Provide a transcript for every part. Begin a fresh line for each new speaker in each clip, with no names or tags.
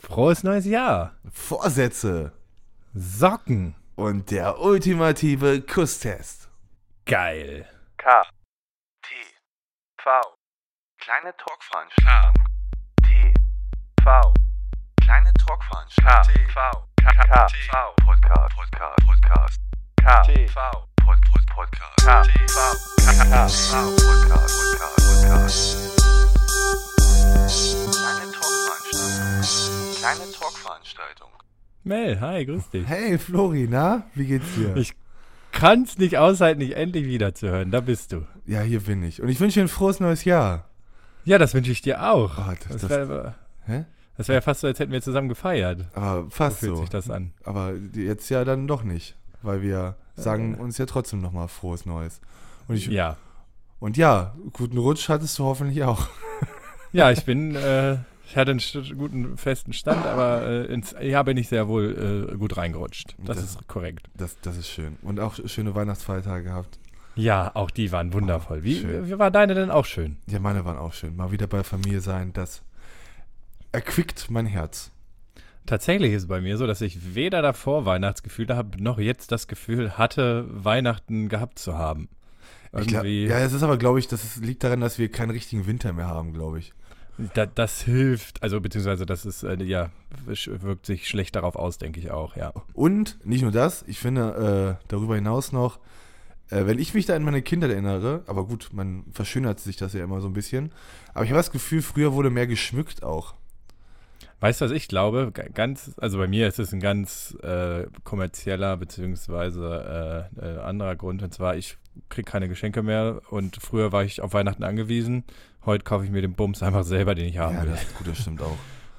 Frohes neues Jahr.
Vorsätze
Socken.
und der ultimative Kusstest.
Geil.
K. T. V. Kleine Talkveranstaltung. T. V. Kleine Talkveranstaltung. K. V. K. K. V. Podcast. Podcast. Podcast. K. T. V. Pod, Pod, Podcast. K. T. V. K. K. V. Podcast. Podcast. Podcast. Kleine Talkveranstaltung. Kleine Talkveranstaltung.
Mel, hi, grüß dich.
Hey Flori, na? Wie geht's dir?
Ich kann's nicht aushalten, dich endlich wiederzuhören. Da bist du.
ja, hier bin ich. Und ich wünsche dir ein frohes neues Jahr.
Ja, das wünsche ich dir auch.
Ah, das-
das
das-
wäre
Hä?
das wär ja fast so, als hätten wir zusammen gefeiert.
Aber fast
Fühlt
so.
sich das an.
Aber jetzt ja dann doch nicht. Weil wir sagen uns ja trotzdem nochmal frohes Neues. Und, ich,
Äh. Ja.
und ja, guten Rutsch hattest du hoffentlich auch.
Ja, ich bin, äh, ich hatte einen st- guten festen Stand, aber äh, ins Jahr bin ich sehr wohl äh, gut reingerutscht. Das,
Das-
ist korrekt.
Das, das ist schön. Und auch schöne Weihnachtsfeiertage gehabt.
Ja, auch die waren wundervoll. Wie,
schön.
wie war deine denn auch schön?
Ja, meine waren auch schön. Mal wieder bei Familie sein, das erquickt mein Herz.
Tatsächlich ist es bei mir so, dass ich weder davor Weihnachtsgefühle habe, noch jetzt das Gefühl hatte, Weihnachten gehabt zu haben.
Ich glaub,
Irgendwie,
ja, es ist aber, glaube ich, das ist, liegt daran, dass wir keinen richtigen Winter mehr haben, glaube ich.
da, das hilft, also beziehungsweise das ist, äh, ja, sch- wirkt sich schlecht darauf aus, denke ich auch, ja.
Und nicht nur das, ich finde äh, darüber hinaus noch, äh, wenn ich mich da an meine Kindheit erinnere, aber gut, man verschönert sich das ja immer so ein bisschen, aber ich habe das Gefühl, früher wurde mehr geschmückt auch.
Weißt du, was ich glaube? G- Ganz, also bei mir ist es ein ganz äh, kommerzieller beziehungsweise äh, äh, anderer Grund. Und zwar, ich kriege keine Geschenke mehr und früher war ich auf Weihnachten angewiesen. Heute kaufe ich mir den Bums einfach selber, den ich haben
ja,
will.
das, gut, das stimmt auch.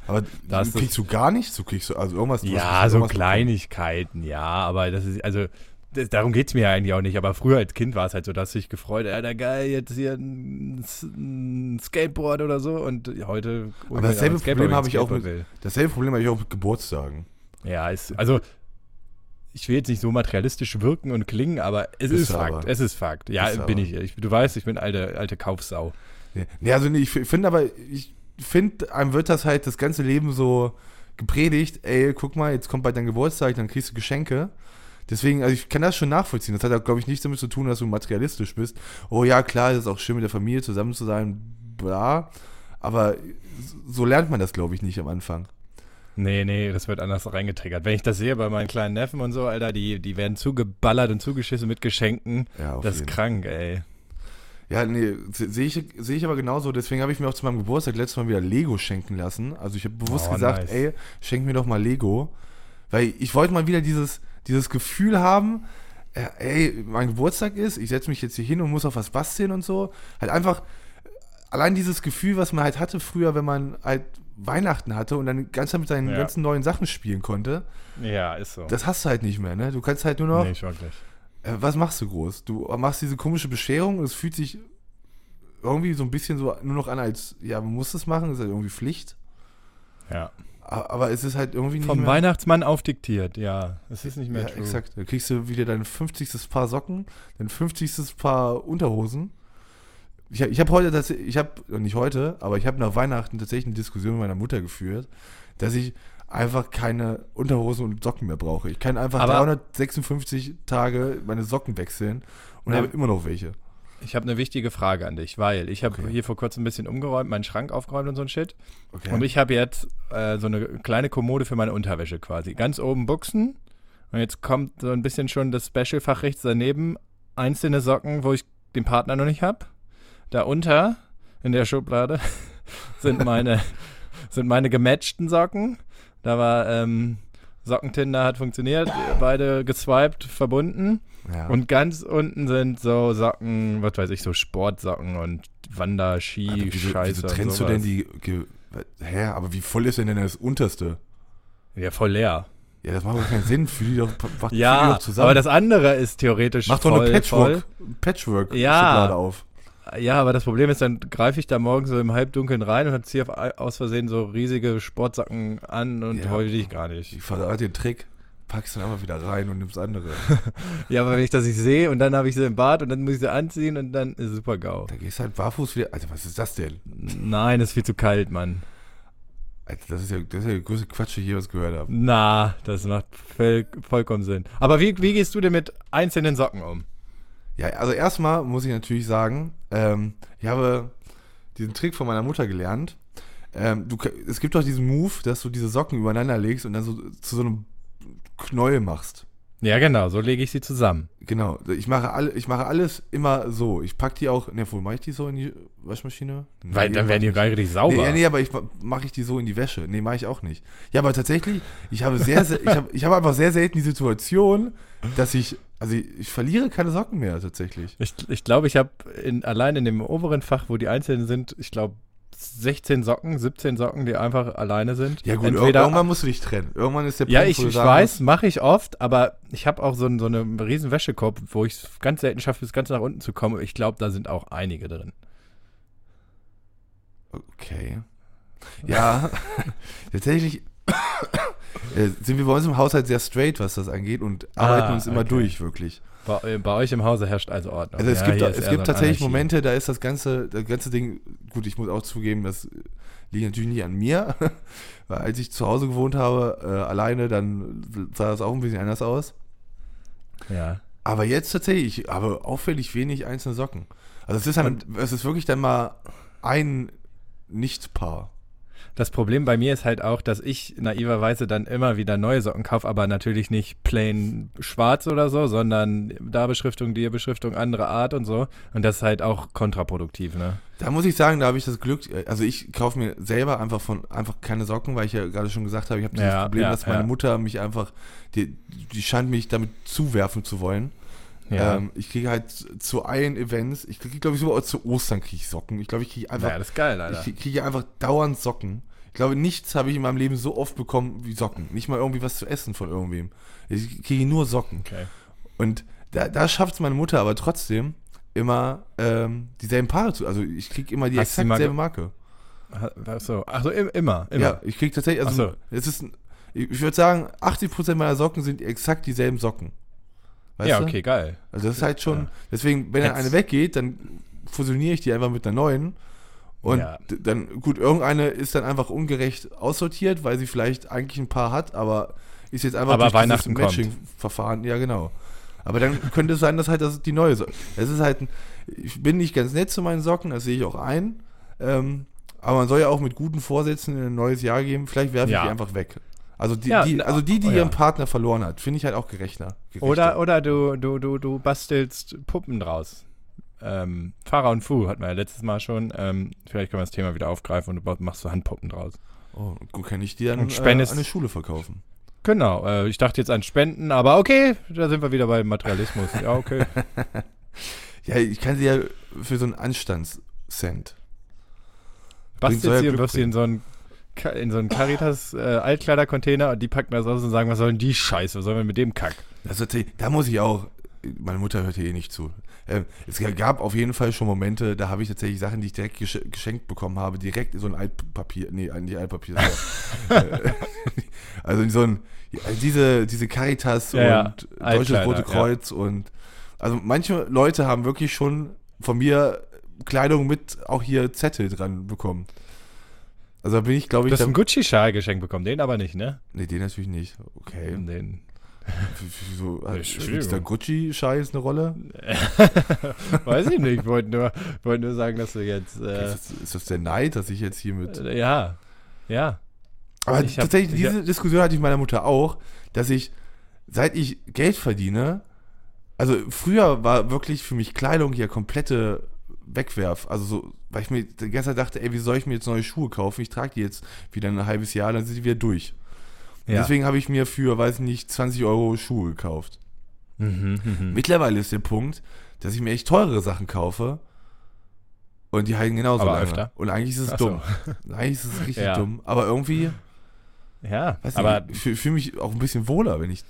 Aber
Das
du kriegst du gar nichts, du kriegst so, also irgendwas. du hast
Ja,
bestimmt
so
irgendwas
Kleinigkeiten, ja, aber das ist, also, das, darum geht's mir ja eigentlich auch nicht. Aber früher als Kind war es halt so, dass ich gefreut, Alter, geil, jetzt hier ein, S- ein Skateboard oder so und heute. hol ich mir auch
Aber dasselbe
ein Skateboard,
Problem
wenn
habe ich auch
Skateboard
mit, dasselbe Problem habe ich auch mit Geburtstagen.
will. Ja, ist, also, ich will jetzt nicht so materialistisch wirken und klingen, aber es
Bist
ist
du
Fakt.
aber.
Es ist Fakt. Ja,
Bist du
bin
aber.
ich. ich. Du weißt, ich bin alte, alte Kaufsau.
Nee, nee, also nee, ich finde aber, ich finde, einem wird das halt das ganze Leben so gepredigt, ey, guck mal, jetzt kommt bald dein Geburtstag, dann kriegst du Geschenke. Deswegen, also ich kann das schon nachvollziehen. Das hat auch, glaube ich, nichts damit zu tun, dass du materialistisch bist. Oh ja, klar, es ist auch schön, mit der Familie zusammen zu sein, bla. Aber so lernt man das, glaube ich, nicht am Anfang.
Nee, nee, das wird anders reingetriggert. Wenn ich das sehe bei meinen kleinen Neffen und so, Alter, die, die werden zugeballert und zugeschissen mit Geschenken.
Ja, auf
das ist
jeden.
krank, ey.
Ja, nee, se- sehe ich, sehe ich aber genauso. Deswegen habe ich mir auch zu meinem Geburtstag letztes Mal wieder Lego schenken lassen. Also ich habe bewusst
Oh,
gesagt,
nice.
ey, schenk mir doch mal Lego. Weil ich wollte mal wieder dieses, dieses Gefühl haben, äh, ey, mein Geburtstag ist, ich setze mich jetzt hier hin und muss auf was basteln und so. Halt einfach, äh, allein dieses Gefühl, was man halt hatte früher, wenn man halt Weihnachten hatte und dann ganz halt mit seinen
Ja.
ganzen neuen Sachen spielen konnte,
Ja, ist so.
das hast du halt nicht mehr, ne? Du kannst halt nur noch,
nicht wirklich.
äh, was machst du groß? Du machst diese komische Bescherung und es fühlt sich irgendwie so ein bisschen so nur noch an, als ja, man muss es machen, ist halt irgendwie Pflicht.
Ja.
A- Aber es ist halt irgendwie nicht
Vom
mehr.
Weihnachtsmann aufdiktiert, ja. Es ist nicht mehr
ja,
true.
exakt. Da kriegst du wieder dein 50. Paar Socken, dein 50. Paar Unterhosen. Ich, hab- ich habe heute tatsächlich, ich habe, nicht heute, aber ich habe nach Weihnachten tatsächlich eine Diskussion mit meiner Mutter geführt, dass ich einfach keine Unterhosen und Socken mehr brauche. Ich kann einfach
Aber-
356 Tage meine Socken wechseln und
Ja.
habe immer noch welche.
Ich habe eine wichtige Frage an dich, weil ich habe
Okay.
hier vor kurzem ein bisschen umgeräumt, meinen Schrank aufgeräumt und so ein Shit.
Okay.
Und ich habe jetzt äh, so eine kleine Kommode für meine Unterwäsche quasi. Ganz oben Buchsen. Und jetzt kommt so ein bisschen schon das Special-Fach rechts daneben. Einzelne Socken, wo ich den Partner noch nicht habe. Darunter, in der Schublade, sind meine, sind meine gematchten Socken. Da war ähm, Sockentinder hat funktioniert, beide geswiped, verbunden.
Ja.
Und ganz unten sind so Socken, was weiß ich, so Sportsocken und Wanderski,
Alter, Ah, Also wieso,
Scheiße.
Wieso
und
trennst du
sowas.
denn die. Ge Hä, aber wie voll ist denn denn das unterste?
Ja, voll leer.
Ja, das macht doch keinen Sinn. Fühl die doch, mach, füll die
Ja,
doch zusammen.
aber das andere ist theoretisch
mach doch
voll,
eine Patchwork,
voll.
Patchwork
Ja.
Schublade auf.
Ja, aber das Problem ist, dann greife ich da morgens so im Halbdunkeln rein und ziehe auf- aus Versehen so riesige Sportsocken an und
Ja.
wollte ich gar nicht.
Ich verrate den Trick. Packst dann einfach wieder rein und nimmst andere.
Ja, aber wenn ich das nicht sehe und dann habe ich sie im Bad und dann muss ich sie anziehen und dann ist super gau.
also Da gehst halt barfuß wieder. Alter, was ist das denn?
Nein, ist viel zu kalt, Mann.
Alter, Also das ist ja, das ist ja der größte Quatsch, den ich jemals gehört habe.
Na, das macht voll, vollkommen Sinn. Aber wie, wie gehst du denn mit einzelnen Socken um?
Ja, also erstmal muss ich natürlich sagen, ähm, ich habe diesen Trick von meiner Mutter gelernt. Ähm, du, ka- es gibt doch diesen Move, dass du diese Socken übereinander legst und dann so zu so einem Knäuel machst.
Ja, genau, so lege ich sie zusammen.
Genau. Ich mache, alle, ich mache alles immer so. Ich packe die auch. Ne, wo mache ich die so in die Waschmaschine?
Weil
Nee,
dann werden die
mach ich
gar richtig
nicht.
sauber.
Nee, nee, aber ich mache ich die so in die Wäsche. Nee, mache ich auch nicht. Ja, aber tatsächlich, ich habe sehr, sehr ich habe ich habe einfach sehr selten die Situation, dass ich also ich, ich verliere keine Socken mehr tatsächlich.
Ich glaube, ich, glaub, ich habe in, allein in dem oberen Fach, wo die einzelnen sind, ich glaube, 16 Socken, 17 Socken, die einfach alleine sind.
Ja gut,
Entweder,
irgendwann musst du dich trennen. Irgendwann ist der
Ja,
Punkt,
ich,
wo du
ich
sagen
weiß, mache ich oft, aber ich habe auch so, einen- so einen riesen Wäschekorb, wo ich es ganz selten schaffe, bis ganz nach unten zu kommen. Ich glaube, da sind auch einige drin.
Okay. Ja, tatsächlich äh, sind wir bei uns im Haushalt sehr straight, was das angeht und arbeiten uns immer
Ah, okay.
durch, wirklich.
Bei, bei euch im Hause herrscht also Ordnung.
Also es
Ja,
gibt,
hier
da-
ist
es
eher so
gibt
ein
tatsächlich
Anarchie.
Momente, da ist das ganze, das ganze Ding, gut, ich muss auch zugeben, das liegt natürlich nicht an mir, weil als ich zu Hause gewohnt habe, äh, alleine, dann sah das auch ein bisschen anders aus.
Ja.
Aber jetzt tatsächlich, ich habe auffällig wenig einzelne Socken. Also es ist, dann, es ist wirklich dann mal ein Nichtpaar.
Das Problem bei mir ist halt auch, dass ich naiverweise dann immer wieder neue Socken kaufe, aber natürlich nicht plain schwarz oder so, sondern da Beschriftung, die Beschriftung, andere Art und so. Und das ist halt auch kontraproduktiv, ne?
Da muss ich sagen, da habe ich das Glück, also ich kaufe mir selber einfach von einfach keine Socken, weil ich ja gerade schon gesagt habe, ich habe dieses
Ja,
Problem,
ja,
dass meine
ja.
Mutter mich einfach, die, die scheint mich damit zuwerfen zu wollen.
Ja.
Ähm, ich kriege halt zu allen Events, ich kriege glaube ich sogar zu Ostern kriege ich Socken. Ich glaube, ich kriege einfach,
naja, das ist geil, Alter.
ich kriege einfach dauernd Socken. Ich glaube, nichts habe ich in meinem Leben so oft bekommen wie Socken. Nicht mal irgendwie was zu essen von irgendwem. Ich kriege nur Socken.
okay.
Und da, da schafft es meine Mutter aber trotzdem immer ähm, dieselben Paare zu. Also ich kriege immer die
Hast du sie
exakt
mal ge-
selbe Marke.
Achso, also immer, immer.
Ja, ich kriege tatsächlich, also
Ach
es ist, ein- ich ich würde sagen, 80% meiner Socken sind exakt dieselben Socken. Weißt
ja
du?
okay, geil.
Also das ist halt schon,
Ja.
deswegen, wenn dann
Jetzt-
eine weggeht, dann fusioniere ich die einfach mit einer neuen. Und
Ja.
d- dann, gut, irgendeine ist dann einfach ungerecht aussortiert, weil sie vielleicht eigentlich ein paar hat, aber ist jetzt einfach
Aber
dieses
Weihnachten kommt.
Matching-Verfahren, ja genau. Aber dann könnte es sein, dass halt das die neue so Es ist halt, ein, ich bin nicht ganz nett zu meinen Socken, das sehe ich auch ein. Ähm, aber man soll ja auch mit guten Vorsätzen in ein neues Jahr geben, vielleicht werfe
Ja.
ich die einfach weg. Also die,
Ja,
die,
na,
also die, die
oh ja.
ihren Partner verloren hat, finde ich halt auch gerechter. gerechter.
Oder, oder du, du, du, du bastelst Puppen draus. Ähm, Farah und Fu hatten wir ja letztes Mal schon. Ähm, vielleicht können wir das Thema wieder aufgreifen und du baust- machst so Handpuppen draus.
Oh, gut, kann ich die dann
Und spendest-
äh, an eine Schule verkaufen.
Genau, äh, ich dachte jetzt an Spenden, aber okay, da sind wir wieder beim Materialismus. Ja, okay.
Ja, ich kann sie ja für so einen Anstandscent. Bringt
Bastelst
euer
sie und
Glück
wirfst sie in so einen, Ka- in so einen Caritas äh, Altkleidercontainer und die packen das aus und sagen, was soll denn die Scheiße, was sollen wir mit dem Kack?
Das hat sie- da muss ich auch, meine Mutter hört hier eh nicht zu. Ähm, es gab auf jeden Fall schon Momente, da habe ich tatsächlich Sachen, die ich direkt gesch- geschenkt bekommen habe, direkt in so ein Altpapier, nee, äh, nicht Altpapier, sondern, äh, also in so ein, also diese, diese Caritas
Ja, ja,
und Deutsches
Altkleider,
Rote
ja.
Kreuz und, also manche Leute haben wirklich schon von mir Kleidung mit auch hier Zettel dran bekommen. Also da bin ich, glaube
Du
ich,
hast
da,
einen Gucci-Schal geschenkt bekommen, den aber nicht, ne?
nee, den natürlich nicht. Okay.
Den.
Wieso hat,
Entschuldigung.
spielt der Gucci-Scheiß eine Rolle?
Weiß ich nicht, ich wollte nur, wollte nur sagen, dass du jetzt. Äh,
Ist, das, ist das der Neid, dass ich jetzt hier mit.
äh, ja, ja.
Aber
ich hab-
tatsächlich,
ich
diese Diskussion hatte ich meiner Mutter auch, dass ich, seit ich Geld verdiene, also früher war wirklich für mich Kleidung hier komplette Wegwerf. Also so, weil ich mir die ganze Zeit dachte, ey, wie soll ich mir jetzt neue Schuhe kaufen? Ich trage die jetzt wieder ein halbes Jahr, dann sind die wieder durch.
ja.
Deswegen habe ich mir für, weiß nicht, 20 Euro Schuhe gekauft.
Mhm, mhm.
Mittlerweile ist der Punkt, dass ich mir echt teurere Sachen kaufe und die halten genauso
Aber
lange.
öfter.
Und eigentlich ist es
Ach so.
dumm. Eigentlich ist es richtig
Ja.
dumm. Aber irgendwie,
Ja,
weiß
aber
nicht, ich fühle fühl mich auch ein bisschen wohler, wenn ich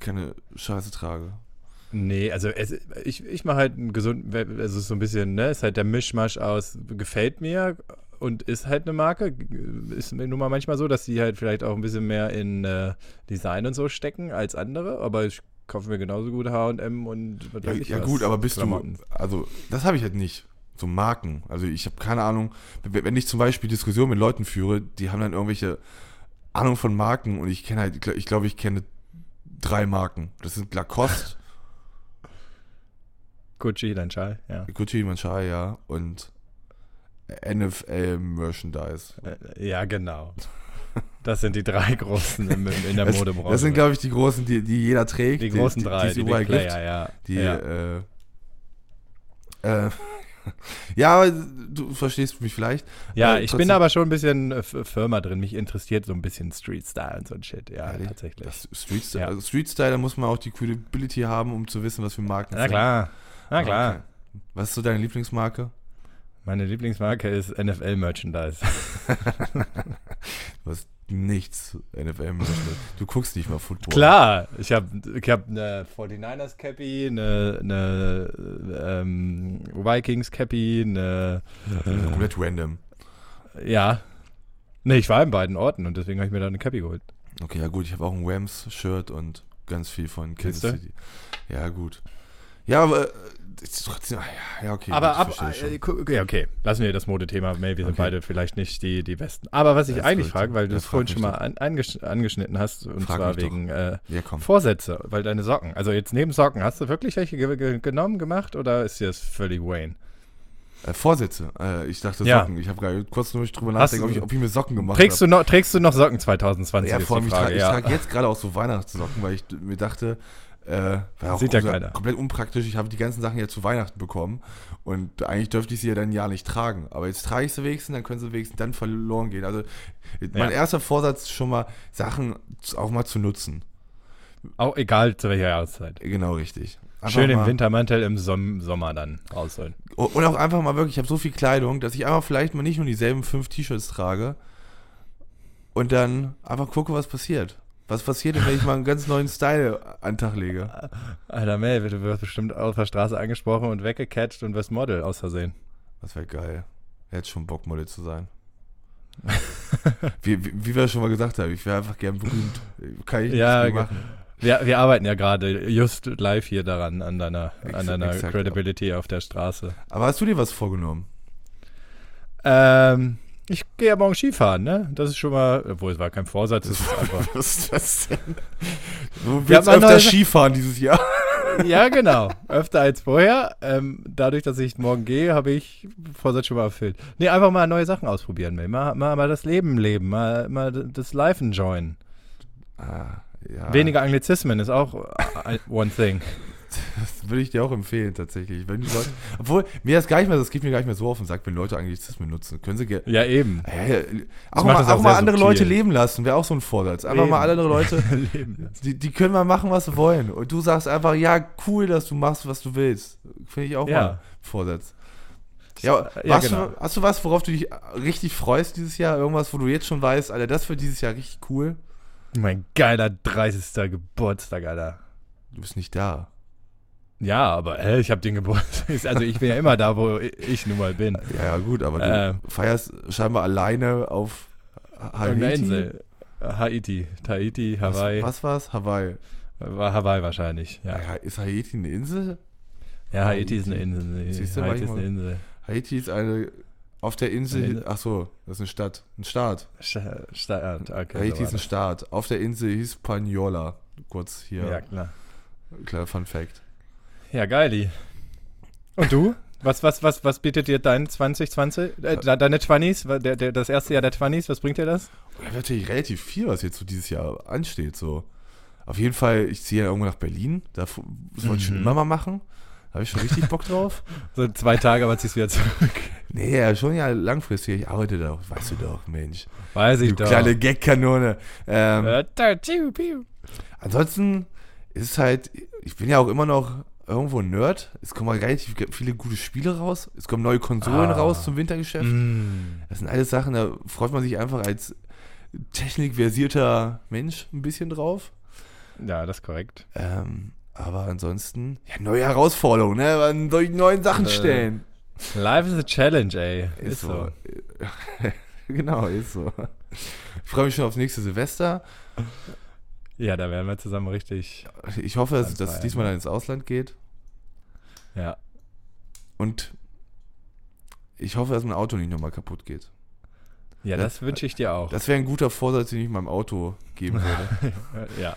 keine Scheiße trage.
nee, also es, ich, ich mache halt einen gesunden, We- also so ein bisschen, ne, ist halt der Mischmasch aus, gefällt mir und ist halt eine Marke. Ist mir nun mal manchmal so, dass die halt vielleicht auch ein bisschen mehr in äh, Design und so stecken als andere, aber ich kaufe mir genauso gut HM und was
Ja,
weiß ich
ja
was,
gut, aber bist
Klamotten.
du, also das habe ich halt nicht. So Marken. Also ich habe keine Ahnung, w- wenn ich zum Beispiel Diskussionen mit Leuten führe, die haben dann irgendwelche Ahnung von Marken und ich kenne halt, ich glaube, ich, glaub, ich kenne drei Marken. Das sind Lacoste,
Gucci, dein Schal, ja.
Gucci, Manchai, ja, und NFL Merchandise.
Äh, Ja, genau. Das sind die drei großen im, im- in der
Das,
Modebranche.
das sind, glaube ich, die großen, die, die jeder trägt.
die großen drei,
es
die, die
überall
Big
gibt.
Player, ja.
Die,
ja.
äh, äh, ja, aber du verstehst mich vielleicht.
Ja,
Äh,
ich
trotzdem-
bin aber schon ein bisschen äh, F- Firma drin. Mich interessiert so ein bisschen Street Style und so ein Shit. Ja,
Ehrlich?
tatsächlich.
Das Street Style,
Ja.
also Street Style, da muss man auch die Credibility haben, um zu wissen, was für Marken
Na
sind.
klar. Na klar.
Okay. Was ist so deine Lieblingsmarke?
Meine Lieblingsmarke ist NFL-Merchandise.
Du hast nichts NFL. du guckst nicht mal Football.
Klar, ich habe ich hab eine 49ers Cappy, eine, eine ähm, Vikings Cappy, eine.
Komplett random.
Ja. Nee, ich war in beiden Orten und deswegen habe ich mir da eine Cappy geholt.
Okay, ja gut, ich habe auch ein Rams-Shirt und ganz viel von Kansas
Siehste?
City. Ja, gut. Ja, aber äh, ist trotzdem, ah, ja, ja, okay.
Aber
ich
ab.
verstehe schon.
äh, gu- okay, okay, lassen wir das Modethema. Maybe sind
Okay.
beide vielleicht nicht die, die Besten. Aber was ich
Das
eigentlich
wird-
frage, weil du
ja,
es
frag
vorhin
mich
schon mal an, angesch- angeschnitten hast, und
Frag
zwar
mich doch.
wegen äh,
ja, komm.
Vorsätze, weil deine Socken. Also jetzt neben Socken, hast du wirklich welche ge ge genommen, gemacht oder ist dir das völlig Wayne?
Äh, Vorsätze. Äh, ich dachte
Ja.
Socken. Ich habe gerade kurz nur drüber
Hast
nachdenken, ob
du-
ich, ob ich mir Socken gemacht
Trägst
habe.
du, noch, trägst du noch Socken 2020?
ja,
ist
vor allem,
die
ich, tra
Frage,
ich
ja.
trage jetzt gerade auch so Weihnachtssocken, weil ich d- mir dachte, äh, war auch
Sieht ja
so
keiner.
komplett unpraktisch. Ich habe die ganzen Sachen ja zu Weihnachten bekommen und eigentlich dürfte ich sie ja dann ein Jahr nicht tragen. Aber jetzt trage ich sie wenigstens, dann können sie wenigstens dann verloren gehen. Also mein erster Vorsatz ist schon mal, Sachen z- auch mal zu nutzen.
Auch egal zu welcher Jahreszeit.
Genau richtig. Einfach
Schön den
mal-
Wintermantel im Som Sommer dann rausholen.
Und auch einfach mal wirklich, ich habe so viel Kleidung, dass ich einfach vielleicht mal nicht nur dieselben fünf T-Shirts trage und dann einfach gucke, was passiert. Was passiert, denn, wenn ich mal einen ganz neuen Style an den Tag lege?
Alter Mel, du wirst bestimmt auf der Straße angesprochen und weggecatcht und wirst Model aus Versehen.
Das wäre geil. Er hat schon Bock, Model zu sein. wie, wie, wie wir schon mal gesagt haben, ich wäre einfach gern berühmt. Kann ich
Ja,
nicht
ge-
machen.
Wir, wir arbeiten ja gerade just live hier daran, an deiner,
Ex-
an deiner
exakt,
Credibility auf der Straße.
Aber hast du dir was vorgenommen?
Ähm, ich gehe ja morgen Skifahren, ne? Das ist schon mal, obwohl es war kein Vorsatz, es war einfach.
Was ist das denn? Du
Ja,
willst
mein
öfter
neuer-
Skifahren dieses Jahr.
Ja, genau. Öfter als vorher. Ähm, dadurch, dass ich morgen gehe, habe ich Vorsatz schon mal erfüllt. Nee, einfach mal neue Sachen ausprobieren. Mel. Mal, mal, mal das Leben leben, mal, mal das Life enjoyen.
Ah, ja.
Weniger Anglizismen ist auch ein- one thing.
Das würde ich dir auch empfehlen, tatsächlich. Wenn die Leute, obwohl, mir das gar nicht mehr, das geht mir gar nicht mehr so auf den Sack, wenn Leute Anglizismen nutzen. Können sie ge
Ja, eben.
Hä? auch
macht
mal,
das
auch
auch
mal
sehr
andere
subtil.
Leute leben lassen, wäre auch so ein Vorsatz. Einfach mal
Leben.
andere Leute,
Leben.
die, die können mal machen, was sie wollen. Und du sagst einfach, ja, cool, dass du machst, was du willst. Finde ich auch
Ja.
mal ein Vorsatz. Ja,
Ja,
hast,
genau.
du, hast du was, worauf du dich richtig freust dieses Jahr? Irgendwas, wo du jetzt schon weißt, Alter, das wird dieses Jahr richtig cool?
Mein geiler 30. Geburtstag, Alter.
Du bist nicht da.
Ja, aber hä, ich habe den Geburtstag. Also ich bin ja immer da, wo ich nun mal bin.
Ja, ja, gut, aber du
Ähm.
feierst scheinbar alleine auf
Irgendeine
Haiti.
Insel. Äh, Haiti. Tahiti,
Was,
Hawaii.
was war's? Hawaii.
War Hawaii wahrscheinlich, ja.
Ja, ist Haiti eine Insel?
Ja, Haiti ist eine
Haiti.
Insel.
Siehst du, war ich
Haiti ist
mal-
eine Insel.
Haiti ist eine. Auf der Insel.
Eine Insel.
Ach so, das ist eine Stadt. Ein Staat.
Sta- Sta- ah, okay,
Haiti ist
so
ein Staat. Auf der Insel Hispaniola. Kurz
war
hier.
das. Ja, klar.
Kleiner Fun Fact.
Ja, geil. Und du? Was, was, was, was bietet dir dein 2020? Äh, de- deine 20s? Wa- Der, der, das erste Jahr der 20s? Was bringt dir das?
Ich habe natürlich relativ viel, was jetzt so dieses Jahr ansteht. So. Auf jeden Fall, ich ziehe ja irgendwo nach Berlin. Da f- Das wollte ich schon
Mhm.
immer mal machen. Da habe ich schon richtig Bock drauf.
So zwei Tage, aber ziehst du wieder zurück.
Nee, ja, schon ja langfristig. Ich arbeite doch. Weißt du doch, Mensch.
Weiß ich
Du
doch.
kleine Gagkanone. Ähm,
Äh, da, tschiu, piu.
Ansonsten ist es halt, ich bin ja auch immer noch irgendwo ein Nerd. Es kommen halt relativ ge- viele gute Spiele raus. Es kommen neue Konsolen
Ah.
raus zum Wintergeschäft.
Mm.
Das sind alles Sachen, da freut man sich einfach als technikversierter Mensch ein bisschen drauf.
Ja, das ist korrekt.
Ähm, aber ansonsten, ja, neue Herausforderungen, ne? Wann soll ich neuen Sachen
Äh,
stellen?
Life is a challenge, ey. Ist so.
genau, ist so. Ich freue mich schon aufs nächste Silvester.
Ja, da werden wir zusammen richtig.
Ich hoffe, dass,
Dann
dass es
feiern.
diesmal dann ins Ausland geht.
Ja.
Und Ich hoffe, dass mein Auto nicht nochmal kaputt geht.
Ja, das wünsche ich dir auch.
Das wäre ein guter Vorsatz, den ich meinem Auto geben würde.
ja.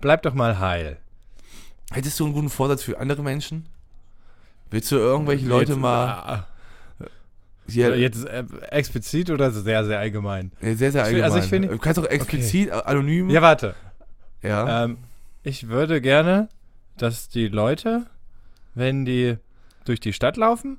Bleib doch mal heil.
Hättest du einen guten Vorsatz für andere Menschen? Willst du irgendwelche Leute
Jetzt-
mal
Ah,
hier
Äh, Jetzt äh, explizit oder sehr, sehr allgemein?
Nee, sehr, sehr
Ich will-
allgemein.
also ich finde-
du kannst auch explizit, äh, anonym.
Ja, warte.
Hm. ja.
Ähm, ich würde gerne, dass die Leute, wenn die durch die Stadt laufen,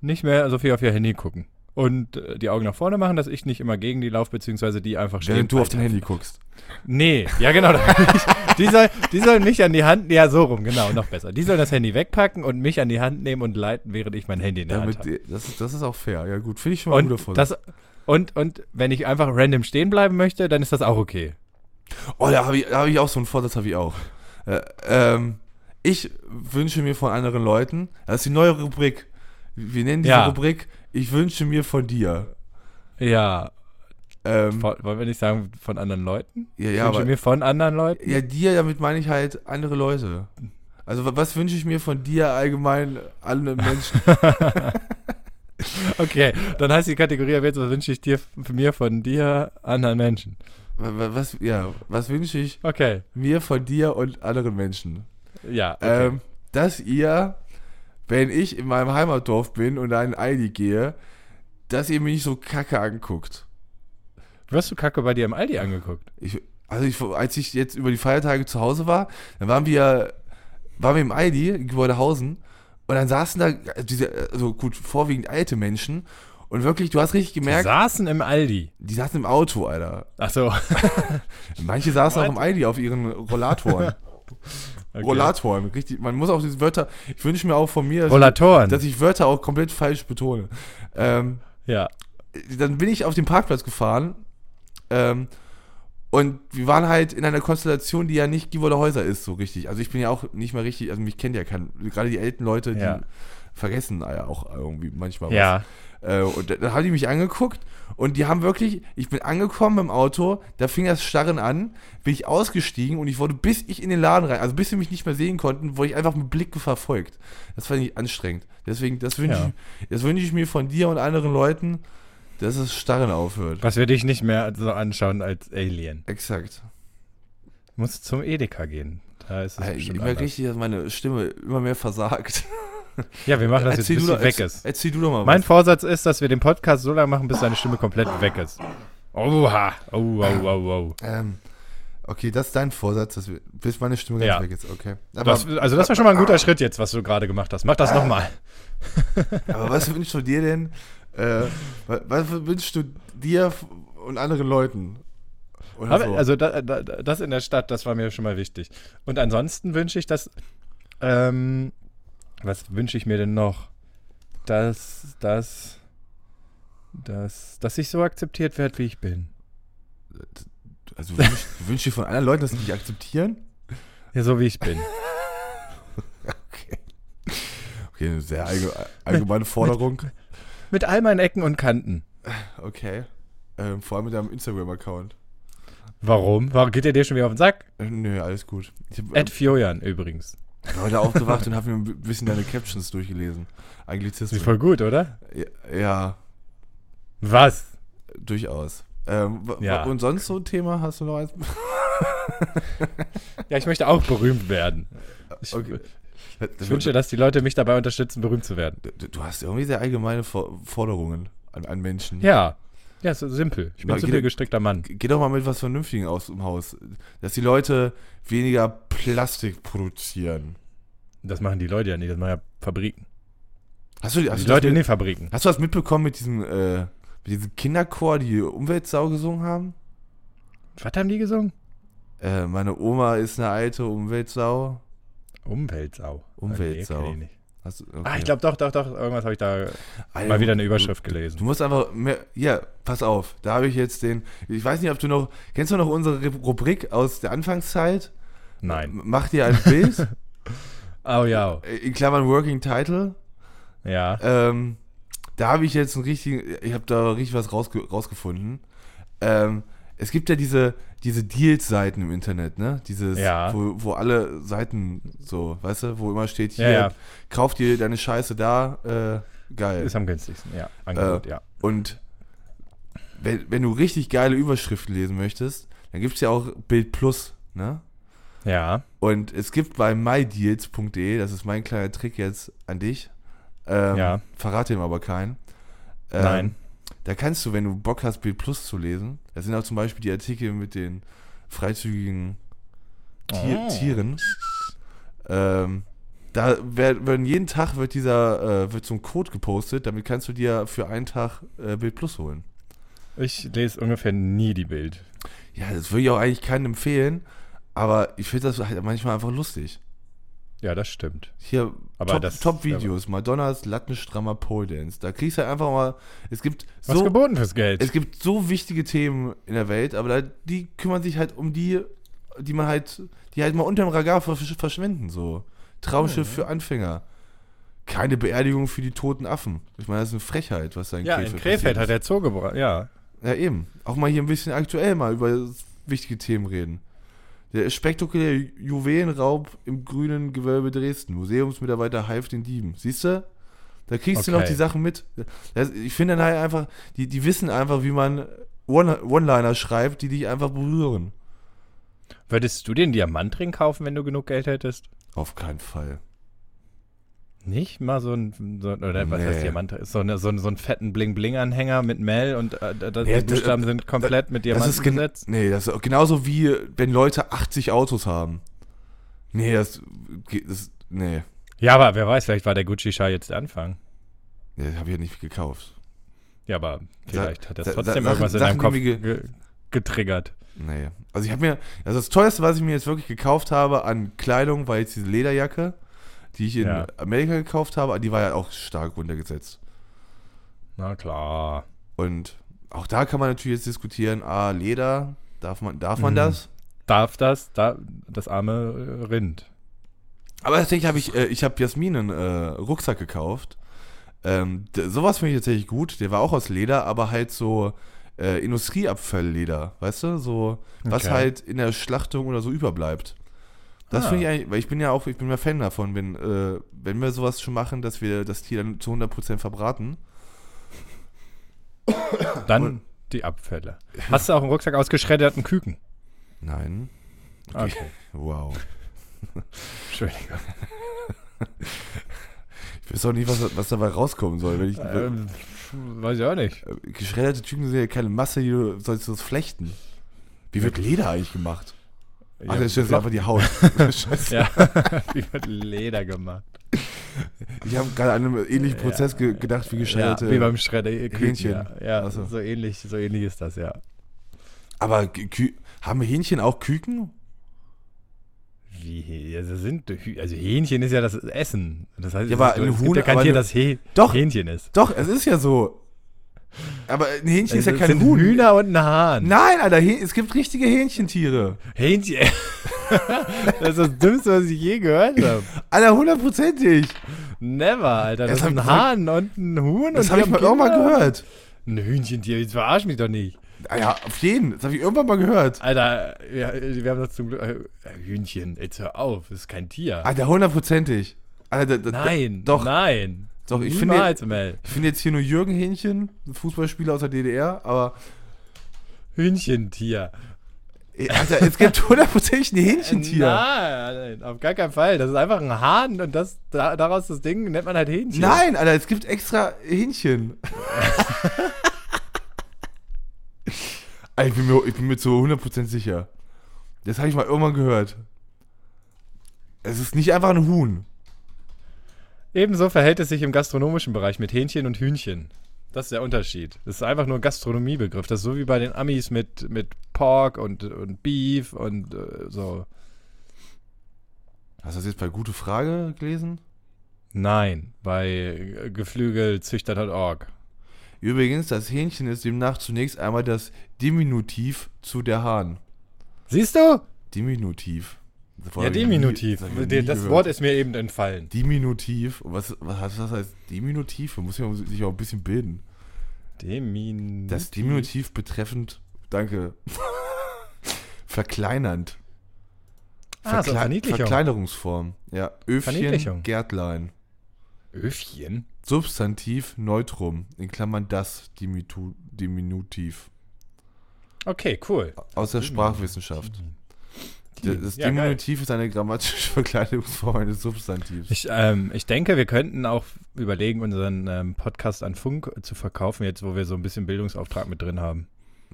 nicht mehr so viel auf ihr Handy gucken. Und äh, die Augen nach vorne machen, dass ich nicht immer gegen die laufe, beziehungsweise die einfach stehen.
Während du auf dein Handy guckst.
Nee, ja genau. die, soll, die sollen mich an die Hand, ja so rum, genau, noch besser. Die sollen das Handy wegpacken und mich an die Hand nehmen und leiten, während ich mein Handy in der Hand
Damit, äh,
habe.
das, ist, das ist auch fair. Ja, gut. Finde ich schon mal ein guter
Und,
Vorsatz.
das, und, und wenn ich einfach random stehen bleiben möchte, dann ist das auch okay.
oh, da habe ich, da hab ich auch so einen Vorsatz, habe ich auch. Äh, ähm, ich wünsche mir von anderen Leuten, das ist die neue Rubrik. Wir nennen diese
Ja.
Rubrik, ich wünsche mir von dir.
Ja,
Ähm,
von, wollen wir nicht sagen von anderen Leuten?
ja,
Ich
ja,
wünsche
aber,
mir von anderen Leuten?
ja, dir, damit meine ich halt andere Leute. Also, wa- was wünsche ich mir von dir allgemein, allen Menschen?
Okay, dann heißt die Kategorie ab jetzt, was wünsche ich dir f- mir von dir anderen Menschen.
Wa- wa- was, ja, was wünsche ich
Okay,
mir von dir und anderen Menschen.
ja. Okay.
Ähm, dass ihr, wenn ich in meinem Heimatdorf bin und einen Aldi gehe, dass ihr mich nicht so kacke anguckt.
Wirst du Kacke bei dir im Aldi angeguckt?
Ich, also ich, als ich jetzt über die Feiertage zu Hause war, dann waren wir, waren wir im Aldi in Gebäudehausen und dann saßen da diese, also gut, vorwiegend alte Menschen und wirklich, du hast richtig
Wir
gemerkt,
saßen im Aldi.
die saßen im Auto, Alter.
Ach so.
Manche saßen auch im Aldi auf ihren Rollatoren.
Okay.
Rollatoren, richtig. Man muss auch diese Wörter, ich wünsche mir auch von mir, dass ich-
Rollatoren.
dass ich Wörter auch komplett falsch betone. Ähm,
ja.
dann bin ich auf den Parkplatz gefahren ähm, und wir waren halt in einer Konstellation, die ja nicht Givoder Häuser ist, so richtig. Also ich bin ja auch nicht mehr richtig, also mich kennt ja kein, gerade die alten Leute, die
Ja.
vergessen ja auch irgendwie manchmal
Ja.
was. Äh, und dann, dann haben die mich angeguckt und die haben wirklich, ich bin angekommen im Auto, da fing das Starren an, bin ich ausgestiegen und ich wurde, bis ich in den Laden rein, also bis sie mich nicht mehr sehen konnten, wurde ich einfach mit Blick verfolgt. Das fand ich anstrengend. Deswegen, das wünsche
Ja.
ich, das wünsche ich mir von dir und anderen Leuten, dass es Starren aufhört.
Was wir dich nicht mehr so anschauen als Alien.
Exakt.
Du musst zum Edeka gehen. Da ist es
Ey, Ich
bestimmt
merke
anders.
richtig, dass meine Stimme immer mehr versagt.
Ja, wir machen das jetzt, bis sie
doch,
weg
erz-
ist.
erzähl du doch mal
Mein Vorsatz ist, dass wir den Podcast so lange machen, bis seine Stimme komplett weg ist. Oha. Oh, wow, wow, wow.
was. Ähm, okay, das ist dein Vorsatz, dass wir, bis meine Stimme ganz
Ja.
weg ist. Okay. Aber,
Das, also das war schon mal ein guter Schritt jetzt, was du gerade gemacht hast. Mach das nochmal.
aber was wünschst du dir denn? Äh, wa- was wünschst du dir f- und anderen Leuten? Oder
Aber,
so.
Also da, da, das in der Stadt, das war mir schon mal wichtig. Und ansonsten wünsche ich, dass. Ähm, was wünsche ich mir denn noch? Dass, dass, dass, dass ich so akzeptiert werde, wie ich bin.
also wünsch, wünschst du dir von anderen Leuten, dass sie dich akzeptieren?
Ja, so wie ich bin.
Okay. Okay, eine sehr allge allgemeine Forderung.
Mit all meinen Ecken und Kanten.
Okay. Ähm, vor allem mit deinem Instagram-Account.
Warum? Warum geht ihr dir schon wieder auf den Sack?
Äh, Nö, alles gut. Ich hab, äh,
Ed Fiojan übrigens.
bin heute aufgewacht und habe mir ein bisschen deine Captions durchgelesen.
Ist
Anglizismen.
voll gut, oder?
Ja, ja,
Was?
durchaus. Ähm, wa-
Ja.
Und sonst so ein Thema hast du noch eins?
Ja, ich möchte auch berühmt werden. Ich,
Okay.
ich wünsche, dass die Leute mich dabei unterstützen, berühmt zu werden.
Du du hast irgendwie sehr allgemeine For- Forderungen an, an Menschen.
Ja. Ja, so simpel. Ich bin
Na,
ein
geht-
simpel gestrickter Mann.
Geh doch mal mit was Vernünftigem aus dem Haus. Dass die Leute weniger Plastik produzieren.
Das machen die Leute ja nicht, das machen ja Fabriken.
Hast du, hast
die
du das
Leute in
mit,
den Fabriken.
Hast du was mitbekommen mit diesem, äh, mit diesem Kinderchor, die Umweltsau gesungen haben?
Was haben die gesungen?
Äh, meine Oma ist eine alte Umweltsau.
Umweltsau.
Umweltsau.
Ah, nee, kenn ich nicht.
Hast du,
Ah,
okay.
ich glaube doch, doch, doch. Irgendwas habe ich da
Alter,
mal
du-
wieder eine Überschrift
Du
gelesen.
musst einfach mehr. Ja, pass auf. Da habe ich jetzt den. Ich weiß nicht, ob du noch. Kennst du noch unsere Re- Rubrik aus der Anfangszeit?
Nein.
M- Mach dir ein Bild.
Au ja.
äh, in Klammern Working Title.
Ja.
Ähm, da habe ich jetzt einen richtigen. Ich habe da richtig was rausge rausgefunden. Ähm, es gibt ja diese, diese Deals-Seiten im Internet, ne? Dieses,
Ja.
wo, wo alle Seiten so, weißt du, wo immer steht hier,
Ja, ja.
kauf dir deine Scheiße da, äh, Geil.
Ist am günstigsten, ja. Angebot, ja.
Und wenn, wenn du richtig geile Überschriften lesen möchtest, dann gibt es ja auch Bild Plus, ne?
Ja.
Und es gibt bei mydeals.de, das ist mein kleiner Trick jetzt an dich. Ähm,
Ja.
Verrate ihm aber keinen. Ähm,
Nein.
Da kannst du, wenn du Bock hast, Bild Plus zu lesen, da sind auch zum Beispiel die Artikel mit den freizügigen Tier
Oh.
Tieren. Ähm, da wer- werden jeden Tag wird dieser äh, wird so ein Code gepostet, damit kannst du dir für einen Tag äh, Bild Plus holen.
Ich lese ungefähr nie die Bild.
Ja, das würde ich auch eigentlich keinem empfehlen, aber ich finde das halt manchmal einfach lustig.
Ja, das stimmt.
Hier
Aber
Top-
das-
Top-Videos, Madonnas Lattenstrammer Pole Dance. Da kriegst du halt einfach mal. Es gibt
Was
so,
geboten fürs Geld?
es gibt so wichtige Themen in der Welt, aber da, die kümmern sich halt um die, die man halt, die halt mal unterm Radar versch verschwinden. So Traumschiff für Anfänger. Keine Beerdigung für die toten Affen. Ich meine, das ist eine Frechheit, was da in
ja,
Krefeld
in Krefeld
passiert
hat der Zoo gebracht. Ja.
ja, eben. Auch mal hier ein bisschen aktuell mal über wichtige Themen reden. Der spektakuläre Juwelenraub im grünen Gewölbe Dresden. Museumsmitarbeiter half den Dieben. Siehst du? Da kriegst du noch
Okay.
die Sachen mit. Das, ich finde dann halt einfach, die, die wissen einfach, wie man One- One-Liner schreibt, die dich einfach berühren.
Würdest du den Diamantring kaufen, wenn du genug Geld hättest?
Auf keinen Fall.
Nicht mal so ein, so, oder was
Nee.
heißt Diamantring? So, eine, so, einen- so einen fetten Bling-Bling-Anhänger mit Mel und äh, da- da-
Ja,
die
das-
Buchstaben sind komplett mit
Das
Diamanten
ist gen
besetzt.
nee, das ist genauso wie wenn Leute 80 Autos haben. Nee, das, das nee,
Ja, aber wer weiß, vielleicht war der Gucci-Schal jetzt der Anfang.
nee das habe ich ja nicht gekauft.
Ja, aber vielleicht hat
sa-
das
sa-
trotzdem
Sachen-
irgendwas in
Sachen,
deinem Kopf
die mir
ge getriggert.
Nee. Also ich habe mir, also das teuerste, was ich mir jetzt wirklich gekauft habe an Kleidung, war jetzt diese Lederjacke, die ich in
Ja.
Amerika gekauft habe, aber die war ja auch stark runtergesetzt.
Na klar.
Und auch da kann man natürlich jetzt diskutieren, ah, Leder, darf man, darf man
Mhm.
das?
Darf das, da, das arme äh, Rind?
Aber tatsächlich habe ich, äh, ich habe Jasmin einen äh, Rucksack gekauft. Ähm, d- sowas finde ich tatsächlich gut. Der war auch aus Leder, aber halt so äh, Industrieabfallleder, weißt du? So, was
Okay.
halt in der Schlachtung oder so überbleibt. Das
Ah.
finde ich eigentlich, weil ich bin ja auch, ich bin ja Fan davon, wenn, äh, wenn wir sowas schon machen, dass wir das Tier dann zu 100% verbraten.
Dann die Abfälle. Hast du auch im Rucksack aus geschredderten Küken?
Nein.
Okay,
Wow.
Entschuldigung.
Ich weiß auch nicht, was, was dabei rauskommen soll. Wenn ich,
Ähm, weiß ich auch nicht.
äh, geschredderte Tüten sind ja keine Masse, die du sollst du das flechten. Wie wird Leder eigentlich gemacht? Ach, das ist jetzt einfach die Haut. Scheiße.
ja, die wird Leder gemacht.
Ich habe gerade an einen ähnlichen Prozess ge gedacht wie
Ja,
geschredderte.
wie beim Schredder äh,
Hähnchen.
Ja, ja
Ach so.
so. ähnlich, so ähnlich ist das, ja.
Aber Kü- Kü- haben Hähnchen auch Küken?
Wie, Häh- also sind, Hü- also Hähnchen ist ja das Essen. Das heißt,
Ja,
es
aber
ist so-
ein
es gibt
Huhn-
ja kein
aber
Tier,
eine-
das Hä-
Doch.
Hähnchen ist.
Doch, es ist ja so. Aber ein Hähnchen ist
Also,
ja
Es Äh,
kein
sind
Huhn.
Hühner und ein Hahn.
Nein, Alter, Häh- es gibt richtige Hähnchentiere.
Hähnchen. das ist das Dümmste, was ich je gehört habe.
Alter, hundertprozentig.
Never, Alter. Das,
Das hab
ist ein
ich-
Hahn und ein Huhn
Das
und
habe
die
ich
haben
mal auch mal
Kinder.
gehört.
Ein Hühnchentier, jetzt verarsch mich doch nicht.
Ah Ja, auf jeden. Das habe ich irgendwann mal gehört.
Alter, ja, wir haben das zum Glück. äh, Hühnchen, jetzt hör auf, das ist kein Tier.
Alter, hundertprozentig. Alter, da- da-
nein,
Ah, Doch.
Nein.
Doch, ich finde-
Niemals, Mel.
Ich finde jetzt hier nur Jürgen Hähnchen, ein Fußballspieler aus der DDR, aber
Hühnchentier.
Ey, Alter, es gibt hundertprozentig
Äh,
ein Hähnchentier.
Nein, auf gar keinen Fall. Das ist einfach ein Hahn und das, da, daraus das Ding nennt man halt Hähnchen.
Nein, Alter, es gibt extra Hähnchen. Alter, ich, bin mir, ich bin mir zu 100% sicher. Das habe ich mal irgendwann gehört. Es ist nicht einfach ein Huhn.
Ebenso verhält es sich im gastronomischen Bereich mit Hähnchen und Hühnchen. Das ist der Unterschied. Das ist einfach nur ein Gastronomiebegriff. Das ist so wie bei den Amis mit, mit Pork und, und Beef und äh, so.
Hast du das jetzt bei Gute Frage gelesen?
Nein, bei halt Geflügelzüchter.org.
Übrigens, das Hähnchen ist demnach zunächst einmal das Diminutiv zu der Hahn.
Siehst du?
Diminutiv. Das Wort
Ja,
hab ich noch
diminutiv.
Nie, das hab ich noch nie
Das
gehört.
Wort ist mir eben entfallen.
Diminutiv. Und was, was heißt das als Diminutiv? Man muss ja sich auch ein bisschen bilden.
Demin. Ah,
Das Diminutiv betreffend, danke, verkleinernd.
Ah, so
Verkle-
Ah, Verniedlichung.
Verkleinerungsform. Ja, Öfchen,
Verniedlichung.
Gärtlein.
Öfchen?
Substantiv Neutrum, in Klammern das Dimitu Diminutiv.
Okay, cool.
Aus der Sprachwissenschaft. D- Das
Hm. Ja,
Diminutiv ist eine grammatische Verkleinerungsform eines Substantivs.
Ich, ähm, ich denke, wir könnten auch überlegen, unseren ähm, Podcast an Funk zu verkaufen, jetzt wo wir so ein bisschen Bildungsauftrag mit drin haben.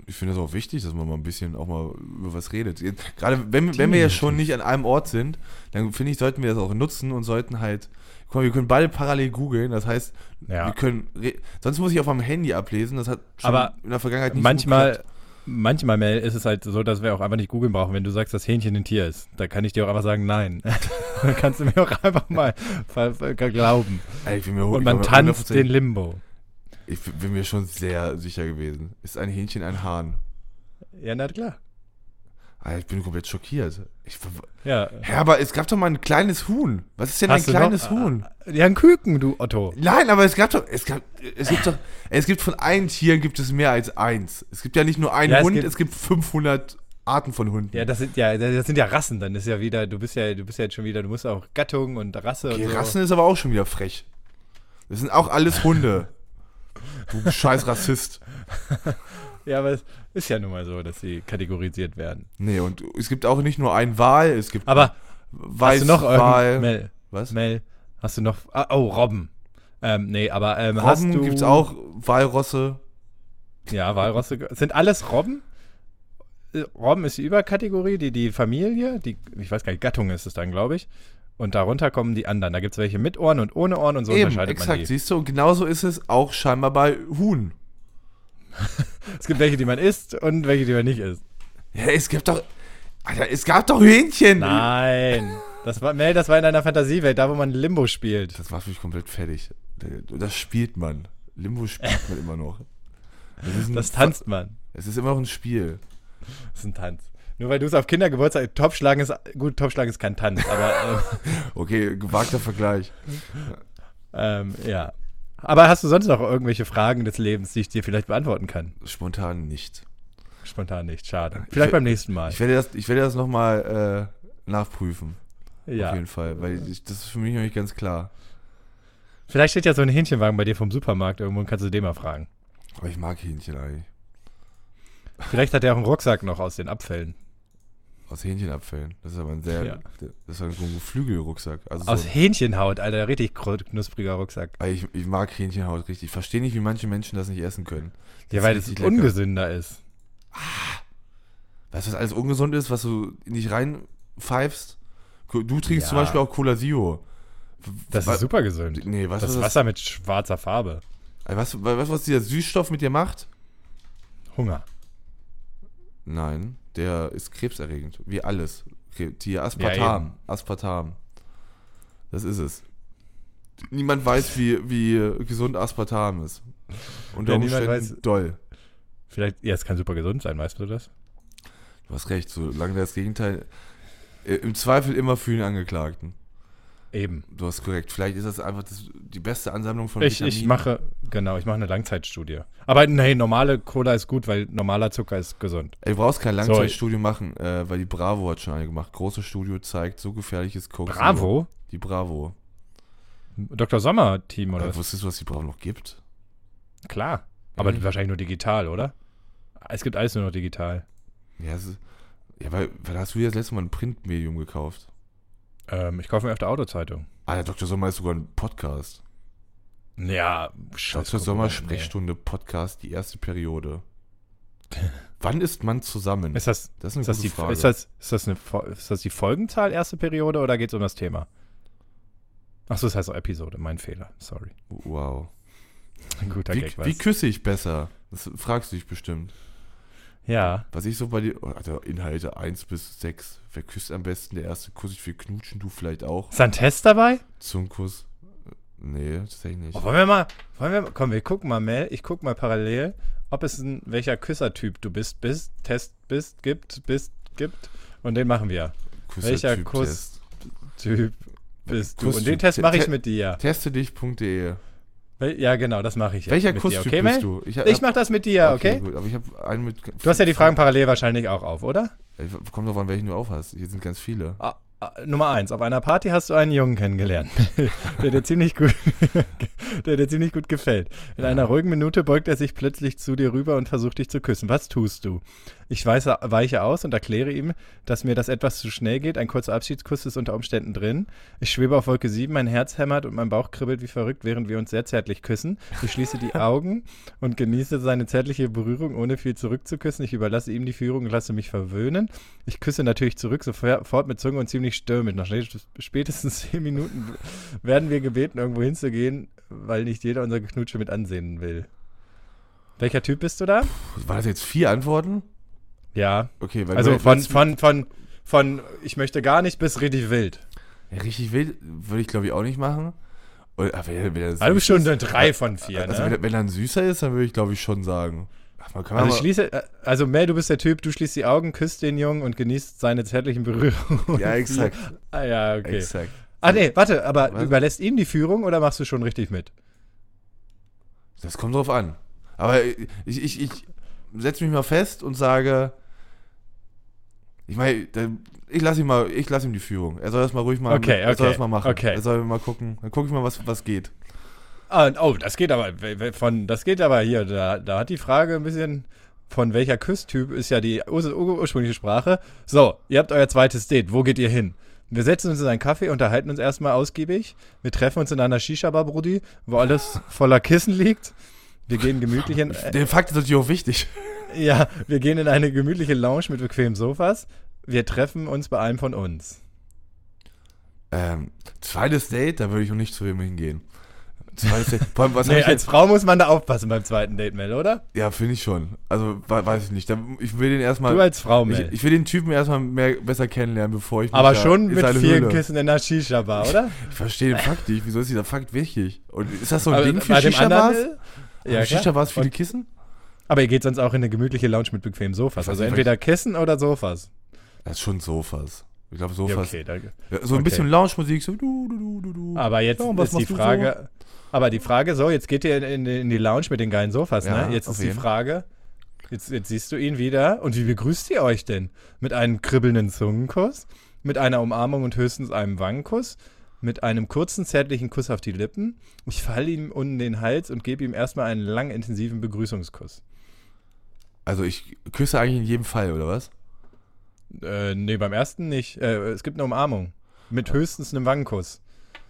Ich finde das auch wichtig, dass man mal ein bisschen auch mal über was redet. Jetzt, Gerade wenn, wenn wir ja schon nicht an einem Ort sind, dann finde ich, sollten wir das auch nutzen und sollten halt. Guck mal, wir können beide parallel googeln. Das heißt,
Ja.
wir können. re- Sonst muss ich auf meinem Handy ablesen. Das hat schon
Aber
in der Vergangenheit nicht so
manchmal,
geklappt.
manchmal Mel, ist es halt so, dass wir auch einfach nicht googeln brauchen, wenn du sagst, dass Hähnchen ein Tier ist. Da kann ich dir auch einfach sagen, nein. Dann kannst du mir auch einfach mal ver- ver- glauben.
Ey, ich bin mir,
Und
ich
man
bin mir
tanzt
100%
den Limbo.
Ich bin mir schon sehr sicher gewesen. Ist ein Hähnchen ein Hahn?
Ja, na klar.
Alter, ich bin komplett schockiert. Ich,
Ja.
ja, aber es gab doch mal ein kleines Huhn. Was ist denn
Hast du
ein kleines
noch-
Huhn?
Ja, ein Küken, du Otto.
Nein, aber es gab doch, es gab, es gibt doch, es gibt von allen Tieren gibt es mehr als eins. Es gibt ja nicht nur einen
Ja, es
Hund,
gibt-
es gibt, 500 Arten von Hunden.
Ja, das sind ja, das sind ja Rassen, dann ist ja wieder, du bist ja, du bist ja jetzt schon wieder, du musst auch Gattung und Rasse
Die
und so.
Rassen ist aber auch schon wieder frech. Das sind auch alles Hunde. du scheiß Rassist.
Ja, aber es ist ja nun mal so, dass sie kategorisiert werden.
Nee, und es gibt auch nicht nur einen Wal, es gibt
Aber hast du noch ähm,
Weißwal.
irgend- Mel,
Was?
Mel, hast du noch, ah, oh, Robben. Ähm, nee, aber ähm, hast
Robben
du...
gibt's auch, Walrosse.
Ja, Walrosse. ge- Sind alles Robben? Äh, Robben ist die Überkategorie, die, die Familie, die, ich weiß gar nicht, Gattung ist es dann, glaube ich. Und darunter kommen die anderen. Da gibt es welche mit Ohren und ohne Ohren und so
Eben,
unterscheidet
exakt,
man die.
siehst du, und genauso ist es auch scheinbar bei Huhn.
Es gibt welche, die man isst und welche, die man nicht isst.
Ja, es gibt doch, Alter, es gab doch Hähnchen.
Nein. Das war, Mel, das war in einer Fantasiewelt, da wo man Limbo spielt.
Das war für mich komplett fertig. Das spielt man. Limbo spielt man immer noch. Das ist, ein,
Das tanzt man.
es ist immer noch ein Spiel.
Das ist ein Tanz. Nur weil du es auf Kindergeburtstag, Topfschlagen ist, gut, Topfschlagen ist kein Tanz, aber
Okay, gewagter Vergleich.
ähm, ähm, ja. Aber hast du sonst noch irgendwelche Fragen des Lebens, die ich dir vielleicht beantworten kann?
Spontan nicht.
Spontan nicht, schade. Vielleicht beim nächsten Mal.
Ich werde das, ich werde das nochmal äh, nachprüfen. Auf
ja.
jeden Fall. Weil ich, das ist für mich noch nicht ganz klar.
Vielleicht steht ja so ein Hähnchenwagen bei dir vom Supermarkt irgendwo und kannst du den mal fragen.
Aber ich mag Hähnchen eigentlich.
Vielleicht hat er auch einen Rucksack noch aus den Abfällen.
Aus Hähnchenabfällen. Das ist aber ein sehr.
Ja.
Das ist ein Geflügelrucksack. Also
Aus
so,
Hähnchenhaut, Alter, richtig kru- knuspriger Rucksack.
Aber ich, ich mag Hähnchenhaut richtig. Ich verstehe nicht, wie manche Menschen das nicht essen können.
Ja, weil
ist
es
richtig lecker.
ungesünder ist.
Weißt du, was alles ungesund ist, was du nicht reinpfeifst? Du trinkst
Ja.
zum Beispiel auch Cola Zero.
Das
Wa-
ist super gesund.
Nee, was
Das
ist das?
Wasser mit schwarzer Farbe.
Ey, Was, was, was dieser Süßstoff mit dir macht?
Hunger.
Nein, der ist krebserregend. Wie alles. Kre- Hier
Ja,
Aspartam.
eben.
Aspartam. Das ist es. Niemand weiß, wie, wie gesund Aspartam ist. Unter
Ja, niemand
Umständen
weiß-
doll.
Vielleicht, ja, es kann super gesund sein, weißt du das?
Du hast recht, solange das Gegenteil. äh, Im Zweifel immer für den Angeklagten.
Eben.
Du hast korrekt. Vielleicht ist das einfach das, die beste Ansammlung von
Ich, ich
Vitaminen.
mache, genau, ich mache eine Langzeitstudie. Aber nee, normale Cola ist gut, weil normaler Zucker ist gesund.
Ey, Du brauchst kein
So,
Langzeitstudio machen, äh, weil die Bravo hat schon eine gemacht. Großes Studio zeigt so gefährliches Coke.
Bravo.
Die Bravo.
Dr. Sommer-Team oder
Äh,
was?
wusstest du, was die Bravo noch gibt?
Klar. Aber
Ja.
wahrscheinlich nur digital, oder? Es gibt alles nur noch digital.
Ja, es ist, ja weil, weil hast du dir das letzte Mal ein Printmedium gekauft?
Ähm, ich kaufe mir öfter Autozeitung.
Ah, der Dr. Sommer ist sogar ein Podcast.
Ja, scheiß
Dr.
Konkurrenten,
Sommer
ey.
Sprechstunde Podcast, die erste Periode. Wann ist man zusammen?
Ist das,
das ist eine
ist das, die,
gute Frage.
ist das, ist das, eine, Fo- ist das die Folgenzahl erste Periode oder geht es um das Thema? Achso, das heißt auch Episode, mein Fehler, sorry.
wow.
Ein guter
Wie,
Gag war's.
wie küsse ich besser? Das fragst du dich bestimmt.
Ja,
Was ich so bei dir. oh, Alter, Inhalte 1 bis 6. Wer küsst am besten? Der erste Kuss, ich will knutschen, du vielleicht auch.
ist da ein Test dabei?
Zungenkuss. Nee, tatsächlich nicht.
Oh, wollen wir mal, wollen wir, komm, wir gucken mal, Mel, ich guck mal parallel, ob es ein, welcher Küssertyp du bist, bist, Test bist, gibt, bist, gibt und den machen wir.
Kuss der
welcher
Typ
Kuss?
Test.
Typ bist du.
Kuss-
Und den Test mache ich
Te-
mit dir.
Testedich.de.
Wel- Ja, genau, das mache ich jetzt.
E. Welcher
mit dir,
Kusstyp
okay, Mel?
bist du? hab-
Ich mache das mit dir, okay?
gut, aber ich habe einen mit.
Du hast ja die Fragen parallel wahrscheinlich auch auf, oder?
Ey, Kommt drauf an, welchen du aufhast. Hier sind ganz viele.
Ah, Nummer eins, auf einer Party hast du einen Jungen kennengelernt, der dir ziemlich gut, der dir ziemlich gut gefällt. In einer ruhigen Minute beugt er sich plötzlich zu dir rüber und versucht dich zu küssen. Was tust du? Ich weiche, weiche aus und erkläre ihm, dass mir das etwas zu schnell geht. Ein kurzer Abschiedskuss ist unter Umständen drin. Ich schwebe auf Wolke 7, mein Herz hämmert und mein Bauch kribbelt wie verrückt, während wir uns sehr zärtlich küssen. Ich schließe die Augen und genieße seine zärtliche Berührung, ohne viel zurückzuküssen. Ich überlasse ihm die Führung und lasse mich verwöhnen. Ich küsse natürlich zurück, sofort mit Zunge und ziemlich stürmisch. Nach spätestens zehn Minuten werden wir gebeten, irgendwo hinzugehen, weil nicht jeder unser Geknutsche mit ansehen will. Welcher Typ bist du da?
War das jetzt vier Antworten?
Ja.
Okay, weil
Also
weil-
von, von, von, von ich möchte gar nicht bis richtig wild.
Ja, richtig wild würde ich glaube ich auch nicht machen. Und, aber wenn, wenn er süß
Also
ist-
schon eine 3 von 4,
also
ne?
wenn, er- wenn er ein süßer ist, dann würde ich glaube ich schon sagen. Ach, man kann
Also ich
aber,
schließe, äh, also Mel, du bist der Typ, du schließt die Augen, küsst den Jungen und genießt seine zärtlichen Berührungen.
ja, exakt,
Ah ja, okay.
exakt.
Ah nee, warte, aber
Was?
du überlässt ihm die Führung oder machst du schon richtig mit?
Das kommt drauf an. Aber ich, ich, ich setze mich mal fest und sage, ich meine, dann- ich lasse ihm mal, ich lasse ihm die Führung. Er soll das mal ruhig mal,
Okay,
er soll
okay,
das mal machen.
okay.
Er soll mal gucken. Dann gucke ich mal, was, was geht.
Ah, und- oh, das geht aber we- we- von, das geht aber hier, da, da hat die Frage ein bisschen von welcher Küsstyp ist ja die ur ur ursprüngliche Sprache. So, ihr habt euer zweites Date, wo geht ihr hin? Wir setzen uns in einen Kaffee, unterhalten uns erstmal ausgiebig. Wir treffen uns in einer Shisha-Bar, Brudi, wo alles voller Kissen liegt. Wir gehen gemütlich in, äh,
Der Fakt ist natürlich auch wichtig.
Ja, wir gehen in eine gemütliche Lounge mit bequemen Sofas. Wir treffen uns bei einem von uns.
Ähm, zweites Date, da würde ich noch nicht zu ihm hingehen. Zweites Date. Vor allem, was hab
Nee,
ich denn-
als Frau muss man da aufpassen beim zweiten Date, Mel, oder?
Ja, finde ich schon. Also we- weiß ich nicht. Da- Ich will den erstmal.
Du als Frau,
Äh, ich,
Mel.
ich will den Typen erstmal mehr, besser kennenlernen, bevor ich mich
Aber
da
schon
in
mit
seine
vielen
Höhle-
Kissen in der Shisha-Bar, oder?
Ich verstehe den Fakt nicht. Wieso ist dieser Fakt wichtig? Und ist das so ein
Aber
Ding für
bei dem
Shisha-Bars?
anderen- Ja, klar.
Shisha-Bars viele Kissen?
Aber ihr geht sonst auch in eine gemütliche Lounge mit bequemen Sofas.
Ich weiß
Also
nicht,
entweder Kissen oder Sofas.
Das ist schon Sofas. Ich glaube
Ja,
Sofas.
okay, danke.
Ja, So ein
Okay.
bisschen Lounge-Musik, so du, du, du, du, du.
Aber jetzt
Ja, und was
ist die
machst du so?
Frage. Aber die Frage, so, jetzt geht ihr in, in, in die Lounge mit den geilen Sofas,
Ja,
ne? Jetzt
auf
ist die
jeden.
Frage. Jetzt, jetzt siehst du ihn wieder. Und wie begrüßt ihr euch denn? Mit einem kribbelnden Zungenkuss, mit einer Umarmung und höchstens einem Wangenkuss, mit einem kurzen, zärtlichen Kuss auf die Lippen. Ich falle ihm unten den Hals und gebe ihm erstmal einen lang intensiven Begrüßungskuss.
Also ich küsse eigentlich in jedem Fall, oder was?
Äh, nee, beim ersten nicht. Äh, es gibt eine Umarmung. Mit höchstens einem Wangenkuss.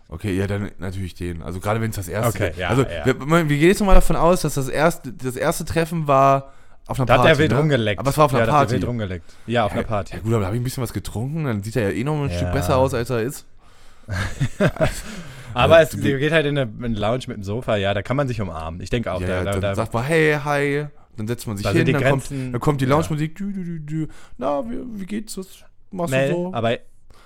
Okay, ja, dann natürlich den. Also gerade wenn es das erste
Okay, ja,
Also
ja.
wir, wir gehen jetzt nochmal davon aus, dass das erste, das erste Treffen war auf einer
Da hat
Party.
er wild
ne?
rumgeleckt.
Aber es war auf einer
ja, da hat er
Party.
wild rumgeleckt. Ja, auf einer Party.
Ja gut, aber da habe ich ein bisschen was getrunken, dann sieht er ja eh noch ein
Ja.
Stück besser aus, als er ist.
Aber
Also,
es
du-
geht halt in eine, in eine Lounge mit dem Sofa, ja, da kann man sich umarmen. Ich denke auch,
ja,
da,
ja,
da,
dann
da,
sagt man, hey, hi. Dann setzt man sich
Da sind
hin,
die
dann,
Grenzen-
kommt, dann kommt die Lounge-Musik. dü, dü, dü, dü. Na, wie, wie geht's? Was machst
Mel,
du so?
aber,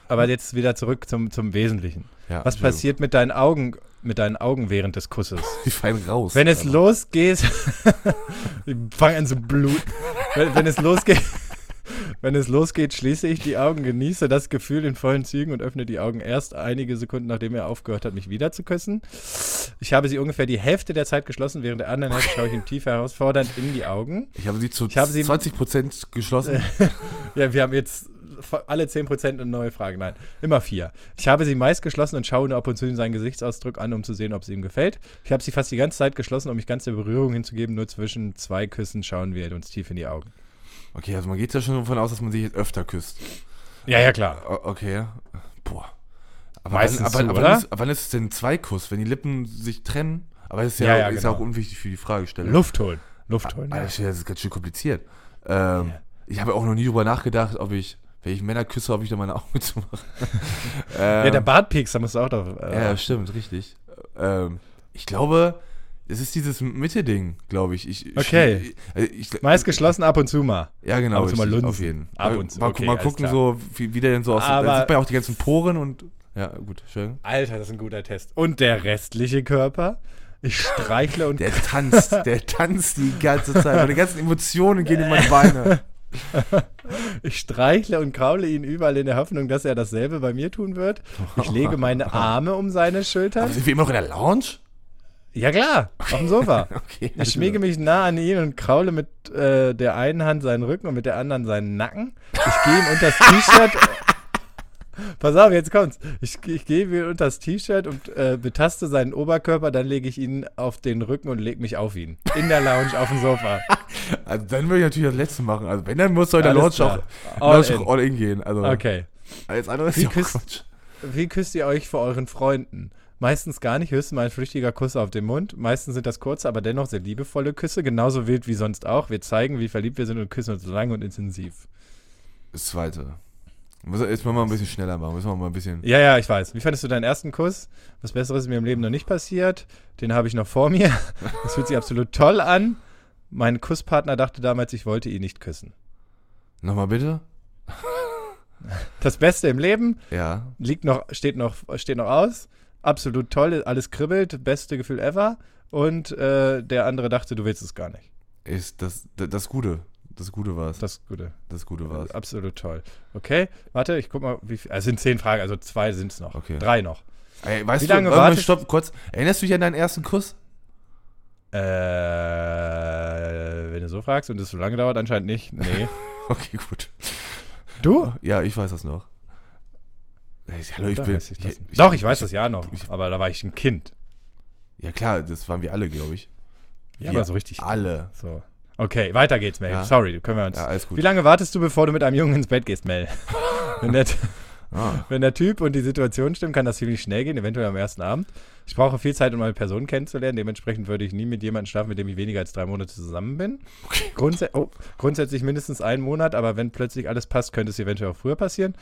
aber jetzt wieder zurück zum, zum Wesentlichen.
Ja,
Was
Entschuldigung.
passiert mit deinen Augen, mit deinen Augen während des Kusses?
Die fallen raus.
Wenn es
Alter.
losgeht, ich fange an zu bluten. Wenn, wenn es losgeht, wenn es losgeht, schließe ich die Augen, genieße das Gefühl in vollen Zügen und öffne die Augen erst einige Sekunden, nachdem er aufgehört hat, mich wieder zu küssen. Ich habe sie ungefähr die Hälfte der Zeit geschlossen, während der anderen Hälfte schaue ich ihm tief herausfordernd in die Augen.
Ich habe sie zu
habe sie-
20% geschlossen.
Ja, wir haben jetzt alle 10% eine neue Frage. Nein, immer vier. Ich habe sie meist geschlossen und schaue nur ab und zu in seinen Gesichtsausdruck an, um zu sehen, ob es ihm gefällt. Ich habe sie fast die ganze Zeit geschlossen, um mich ganz der Berührung hinzugeben. Nur zwischen zwei Küssen schauen wir uns tief in die Augen.
Okay, also man geht ja schon davon aus, dass man sich jetzt öfter küsst.
Ja, ja, klar.
O- Okay. Boah. Aber
Meistens
wann,
so,
aber, aber
oder?
Wann, ist, aber wann ist es denn ein Zweikuss, wenn die Lippen sich trennen? Aber das ist ja,
Ja, ja,
ist
genau.
auch unwichtig für die Fragestellung. Ah,
Luft holen. Luft holen.
Alter,
Ja.
shit, das ist ganz schön kompliziert. Ähm, Ich habe auch noch nie drüber nachgedacht, ob ich, wenn ich Männer küsse, ob ich da meine Augen zu mache. ähm,
ja, der Bartpieks, da musst du auch drauf.
Ja,
Äh,
stimmt, richtig. Ähm, ich glaube, es ist dieses Mitte-Ding, glaube ich. ich
Okay.
Ich, also ich, ich,
meist geschlossen, ab und zu mal.
ja, genau.
ab und zu mal
richtig,
lunzen.
Auf jeden.
Ab
Aber
und zu,
Mal,
okay,
mal
alles
gucken,
klar.
so, wie, wie der denn so aussieht. Da
Aber-
sieht man ja auch die ganzen Poren und. Ja, gut, schön.
Alter, das ist ein guter Test. Und der restliche Körper? Ich streichle und
Der tanzt, der tanzt die ganze Zeit. Meine ganzen Emotionen gehen in meine Beine.
Ich streichle und kraule ihn überall in der Hoffnung, dass er dasselbe bei mir tun wird. Ich lege meine Arme um seine Schultern.
Sind wir immer noch in der Lounge?
Ja klar, auf dem Sofa.
Okay. also,
Ich schmiege mich nah an ihn und kraule mit äh, der einen Hand seinen Rücken und mit der anderen seinen Nacken. Ich gehe ihm unter das T-Shirt Pass auf, jetzt kommt's. Ich, ich gebe ihm unter das T-Shirt und äh, betaste seinen Oberkörper, dann lege ich ihn auf den Rücken und lege mich auf ihn. In der Lounge auf dem Sofa.
Also dann würde ich natürlich das letzte machen. Also wenn, dann muss doch in der
Alles
Launch auch
klar. All
Launch auch all in gehen. Also
Okay.
alles andere ist
Wie
ja auch
küsst-
Quatsch.
Wie küsst ihr euch vor euren Freunden? Meistens gar nicht, höchstens mal ein flüchtiger Kuss auf den Mund. Meistens sind das kurze, aber dennoch sehr liebevolle Küsse, genauso wild wie sonst auch. Wir zeigen, wie verliebt wir sind und küssen uns lang und intensiv.
Das zweite. Muss- Jetzt müssen wir mal ein bisschen schneller machen. Müssen wir mal ein bisschen.
Ja, ja, ich weiß. Wie fandest du deinen ersten Kuss? Was Besseres ist mir im Leben noch nicht passiert. Den habe ich noch vor mir. Das fühlt sich absolut toll an. Mein Kusspartner dachte damals, ich wollte ihn nicht küssen.
Nochmal bitte?
Das Beste im Leben
Ja.
liegt noch, steht noch, steht noch aus. Absolut toll, alles kribbelt, beste Gefühl ever. Und äh, der andere dachte, du willst es gar nicht.
Ist das, das, das Gute. Das Gute war's. Das,
Das Gute.
Gute war's.
Absolut toll. Okay, warte, ich guck mal, wie viel. Also es sind zehn Fragen, also zwei sind es noch.
Okay.
Drei noch.
Ey, weißt
Wie
du,
lange
warte mal,
wartest-
stopp, kurz. Erinnerst du dich an deinen ersten Kuss?
Äh, wenn du so fragst und es so lange dauert, anscheinend nicht. Nee.
Okay, gut.
Du?
Ja, ich weiß das noch. Ey, hallo, ich
Da
bin.
weiß ich das
ja,
nicht. Doch, ich weiß das ja noch,
ich-
aber da war ich ein Kind.
Ja, klar, das waren wir alle, glaube ich.
Ja,
Wir
aber so richtig.
Alle.
So. Okay, weiter geht's, Mel.
Ja.
Sorry, können wir uns.
Ja, alles
Wie
gut.
lange wartest du, bevor du mit einem Jungen ins Bett gehst, Mel? wenn, der,
Ah,
wenn der Typ und die Situation stimmen, kann das ziemlich schnell gehen, eventuell am ersten Abend. Ich brauche viel Zeit, um eine Person kennenzulernen. Dementsprechend würde ich nie mit jemandem schlafen, mit dem ich weniger als drei Monate zusammen bin.
okay.
Grundsä oh, grundsätzlich mindestens einen Monat, aber wenn plötzlich alles passt, könnte es eventuell auch früher passieren.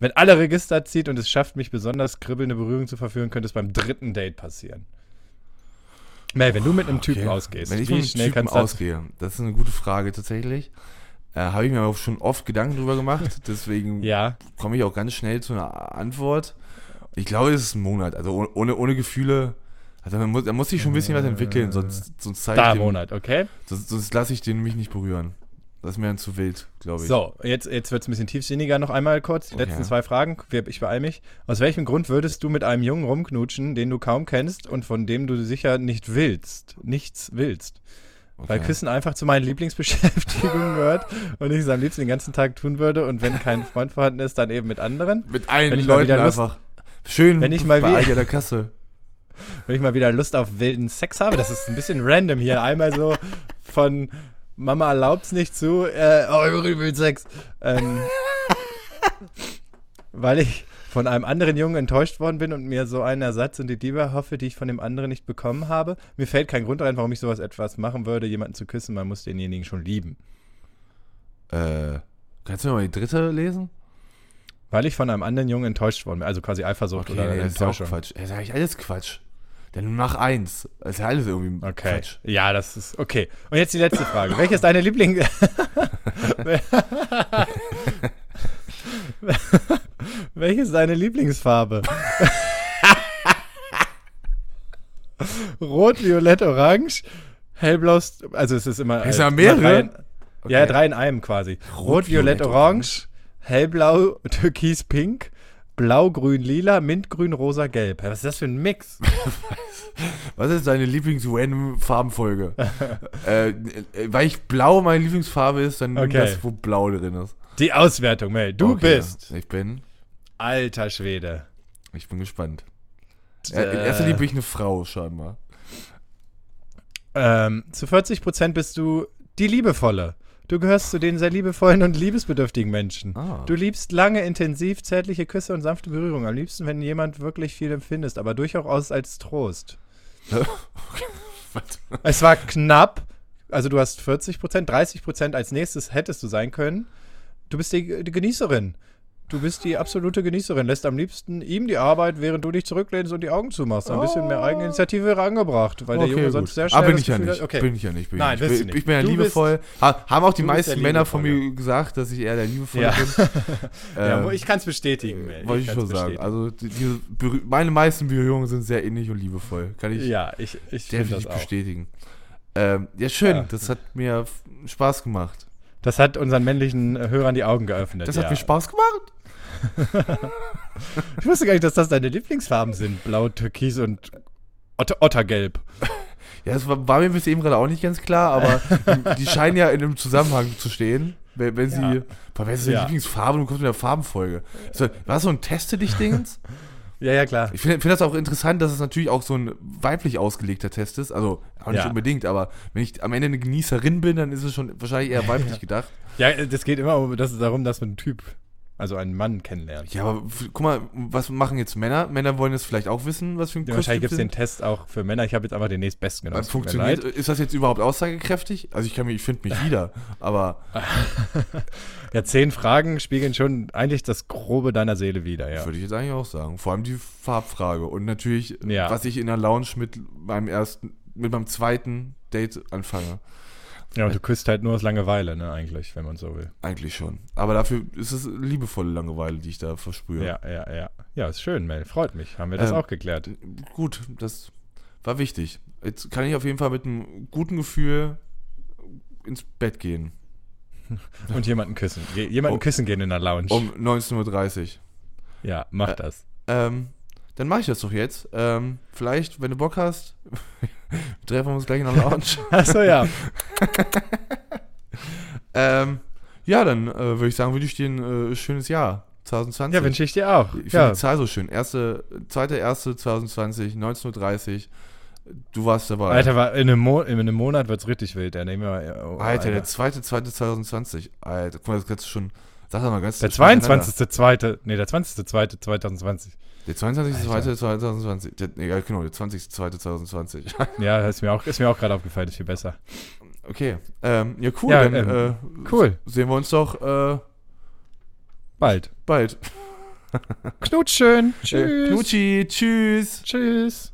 Wenn alle Register zieht und es schafft, mich besonders kribbelnde Berührung zu verführen, könnte es beim dritten Date passieren. Mel, wenn du mit einem Typen
Okay.
ausgehst,
Wenn ich
wie
mit
schnell
einem Typen
kannst du das?
ausgehe, das ist eine gute Frage tatsächlich. Äh, Habe ich mir auch schon oft Gedanken drüber gemacht, deswegen
Ja,
komme ich auch ganz schnell zu einer Antwort. Ich glaube, es ist ein Monat, also oh- ohne, ohne Gefühle. Also man muss, da muss ich schon ein bisschen was entwickeln, sonst, sonst zeige
Äh, da
ich den,
Monat, okay?
sonst, sonst lasse ich den mich nicht berühren. Das ist mir dann zu wild, glaube ich.
So, jetzt, jetzt wird es ein bisschen tiefsinniger noch einmal kurz. Die
Okay.
letzten zwei Fragen, Wir- ich beeile mich. Aus welchem Grund würdest du mit einem Jungen rumknutschen, den du kaum kennst und von dem du sicher nicht willst, nichts willst?
okay.
Weil Küssen einfach zu meinen Lieblingsbeschäftigungen gehört und ich es am liebsten den ganzen Tag tun würde und wenn kein Freund vorhanden ist, dann eben mit anderen.
Mit allen
Wenn ich mal
Leuten
wieder Lust-
einfach. Schön
Wenn ich mal
bei
wie-
Aldi an der Kasse.
Wenn ich mal wieder Lust auf wilden Sex habe, das ist ein bisschen random hier. Einmal so von Mama erlaubt's nicht zu, äh, oh, ich will wilden Sex. Ähm, weil ich von einem anderen Jungen enttäuscht worden bin und mir so einen Ersatz und die Liebe hoffe, die ich von dem anderen nicht bekommen habe. Mir fällt kein Grund ein, warum ich sowas etwas machen würde, jemanden zu küssen. Man muss denjenigen schon lieben.
Äh, kannst du mir mal die dritte lesen?
Weil ich von einem anderen Jungen enttäuscht worden bin. Also quasi Eifersucht oder
nee, das ist auch
Enttäuschung.
Quatsch. Ey, sag ich alles Quatsch. Dann mach eins. Das ist ja alles irgendwie
Okay.
Quatsch.
Ja, das ist okay. Und jetzt die letzte Frage. Welches deine Liebling Welches deine Lieblingsfarbe? Rot, Violett, Orange, hellblau, st- also es ist immer
Es
äh,
sind mehrere?
immer drei in- Ja,
Okay.
drei in einem quasi. Rot,
Rot,
Violett,
Violett,
Orange, hellblau, türkis, pink, blau, grün, lila, mintgrün, rosa, gelb. Was ist das für ein Mix?
Was ist deine Lieblings-Random-Farbenfolge? äh, äh, weil ich blau meine Lieblingsfarbe ist, dann nimm
Okay.
das, wo blau drin ist.
Die Auswertung, Mel. Du
Okay,
bist.
Ich bin,
Alter Schwede.
ich bin gespannt. Äh, in erster
Äh,
Linie bin ich eine Frau, scheinbar.
Ähm, zu 40 Prozent bist du die Liebevolle. Du gehörst zu den sehr liebevollen und liebesbedürftigen Menschen.
Ah.
Du liebst lange, intensiv, zärtliche Küsse und sanfte Berührung. Am liebsten, wenn jemand wirklich viel empfindest, aber durchaus als Trost.
Warte.
Es war knapp. Also du hast 40 Prozent, 30 Prozent als nächstes hättest du sein können. Du bist die, die Genießerin. Du bist die absolute Genießerin. Lässt am liebsten ihm die Arbeit, während du dich zurücklehnst und die Augen zumachst. Ein bisschen mehr Eigeninitiative wäre angebracht, weil der Junge
Oh. gut.
sonst sehr schnell
ah, bin
das
ich ja
Gefühl
nicht.
hat- Okay.
Bin ich ja nicht. Bin ich
Nein,
nicht.
bist du
ich,
nicht.
ich bin ja
Du bist-
liebevoll. Ha, haben auch die
du bist
meisten
der
Männer von
Liebevolle.
mir gesagt, dass ich eher der liebevolle
Ja.
bin.
Ja,
Ähm,
wo- ich kann es bestätigen. Mel.
Wollte ich
kann's
schon sagen.
bestätigen.
Also die, diese Berü- meine meisten Berührungen sind sehr innig und liebevoll. Kann ich
ja, ich, ich finde das
definitiv
auch.
bestätigen. Ähm, ja, schön.
Ja.
Das hat mir f- Spaß gemacht.
Das hat unseren männlichen äh, Hörern die Augen geöffnet.
Das
ja.
hat mir Spaß gemacht.
Ich wusste gar nicht, dass das deine Lieblingsfarben sind. Blau, Türkis und Otter Ottergelb.
Ja, das war, war mir bis eben gerade auch nicht ganz klar, aber die scheinen ja in einem Zusammenhang zu stehen. Wenn, wenn
Ja.
sie. Boah, wer ist deine
Ja.
Lieblingsfarbe? Du kommst mit der Farbenfolge. So, war das so ein Teste dich-Dingens?
Ja, ja, klar.
Ich finde find das auch interessant, dass es natürlich auch so ein weiblich ausgelegter Test ist. Also auch nicht
Ja.
unbedingt, aber wenn ich am Ende eine Genießerin bin, dann ist es schon wahrscheinlich eher weiblich gedacht.
Ja, das geht immer um, das, darum, dass man einen Typ, also einen Mann kennenlernt.
Ja, aber f- guck mal, was machen jetzt Männer? Männer wollen jetzt vielleicht auch wissen, was für
Ja,
ein Kuss
wahrscheinlich gibt es den
sind.
Test auch für Männer. Ich habe jetzt einfach den nächstbesten genommen.
Was
es tut mir
funktioniert?
leid.
Ist das jetzt überhaupt aussagekräftig? Also ich kann mich, ich finde mich wieder, aber äh,
Ja, zehn Fragen spiegeln schon eigentlich das Grobe deiner Seele wider, ja.
würde ich jetzt eigentlich auch sagen. Vor allem die Farbfrage und natürlich,
Ja.
was ich in der Lounge mit meinem ersten, mit meinem zweiten Date anfange.
Ja, und du küsst halt nur aus Langeweile, ne, eigentlich, wenn man so will.
Eigentlich schon. Aber dafür ist es liebevolle Langeweile, die ich da verspüre.
Ja, ja, ja. Ja, ist schön, Mel. Freut mich. Haben wir das
Ähm,
auch geklärt.
Gut, das war wichtig. Jetzt kann ich auf jeden Fall mit einem guten Gefühl ins Bett gehen.
Und jemanden küssen. Je, jemanden
Oh.
küssen gehen in der Lounge.
Um 19.30 Uhr.
Ja, mach
Äh,
das.
Ähm, dann mache ich das doch jetzt. Ähm, vielleicht, wenn du Bock hast, treffen wir uns gleich in der Lounge.
Achso, ja.
ähm, ja, dann äh, würde ich sagen, wünsche ich dir ein äh, schönes Jahr 2020.
Ja, wünsche ich dir auch.
Also, ich finde
ja.
die Zahl so schön. Erste, zweite, erste 2020, 19.30 Uhr. Du warst dabei.
Alter, war- in einem, Mo in einem Monat wird's richtig wild. Ja, nehmen wir, oh,
Alter, der zweite, zweite 2020. Alter, guck mal, das kannst du schon. Sag doch mal ganz
Der
schnell hintereinander.
22.2. Nee, der 20.2.2020.
Der 22.02.2020. Der- Nee, ja, genau, der 20.02.2020.
Ja, ist mir auch, ist mir auch gerade aufgefallen, ist viel besser.
okay. Ähm, ja, cool.
Ja, ähm,
dann äh,
Cool,
sehen wir uns doch äh,
bald.
bald.
Knutschen. Tschüss.
Äh, Knutschi, tschüss.
Tschüss.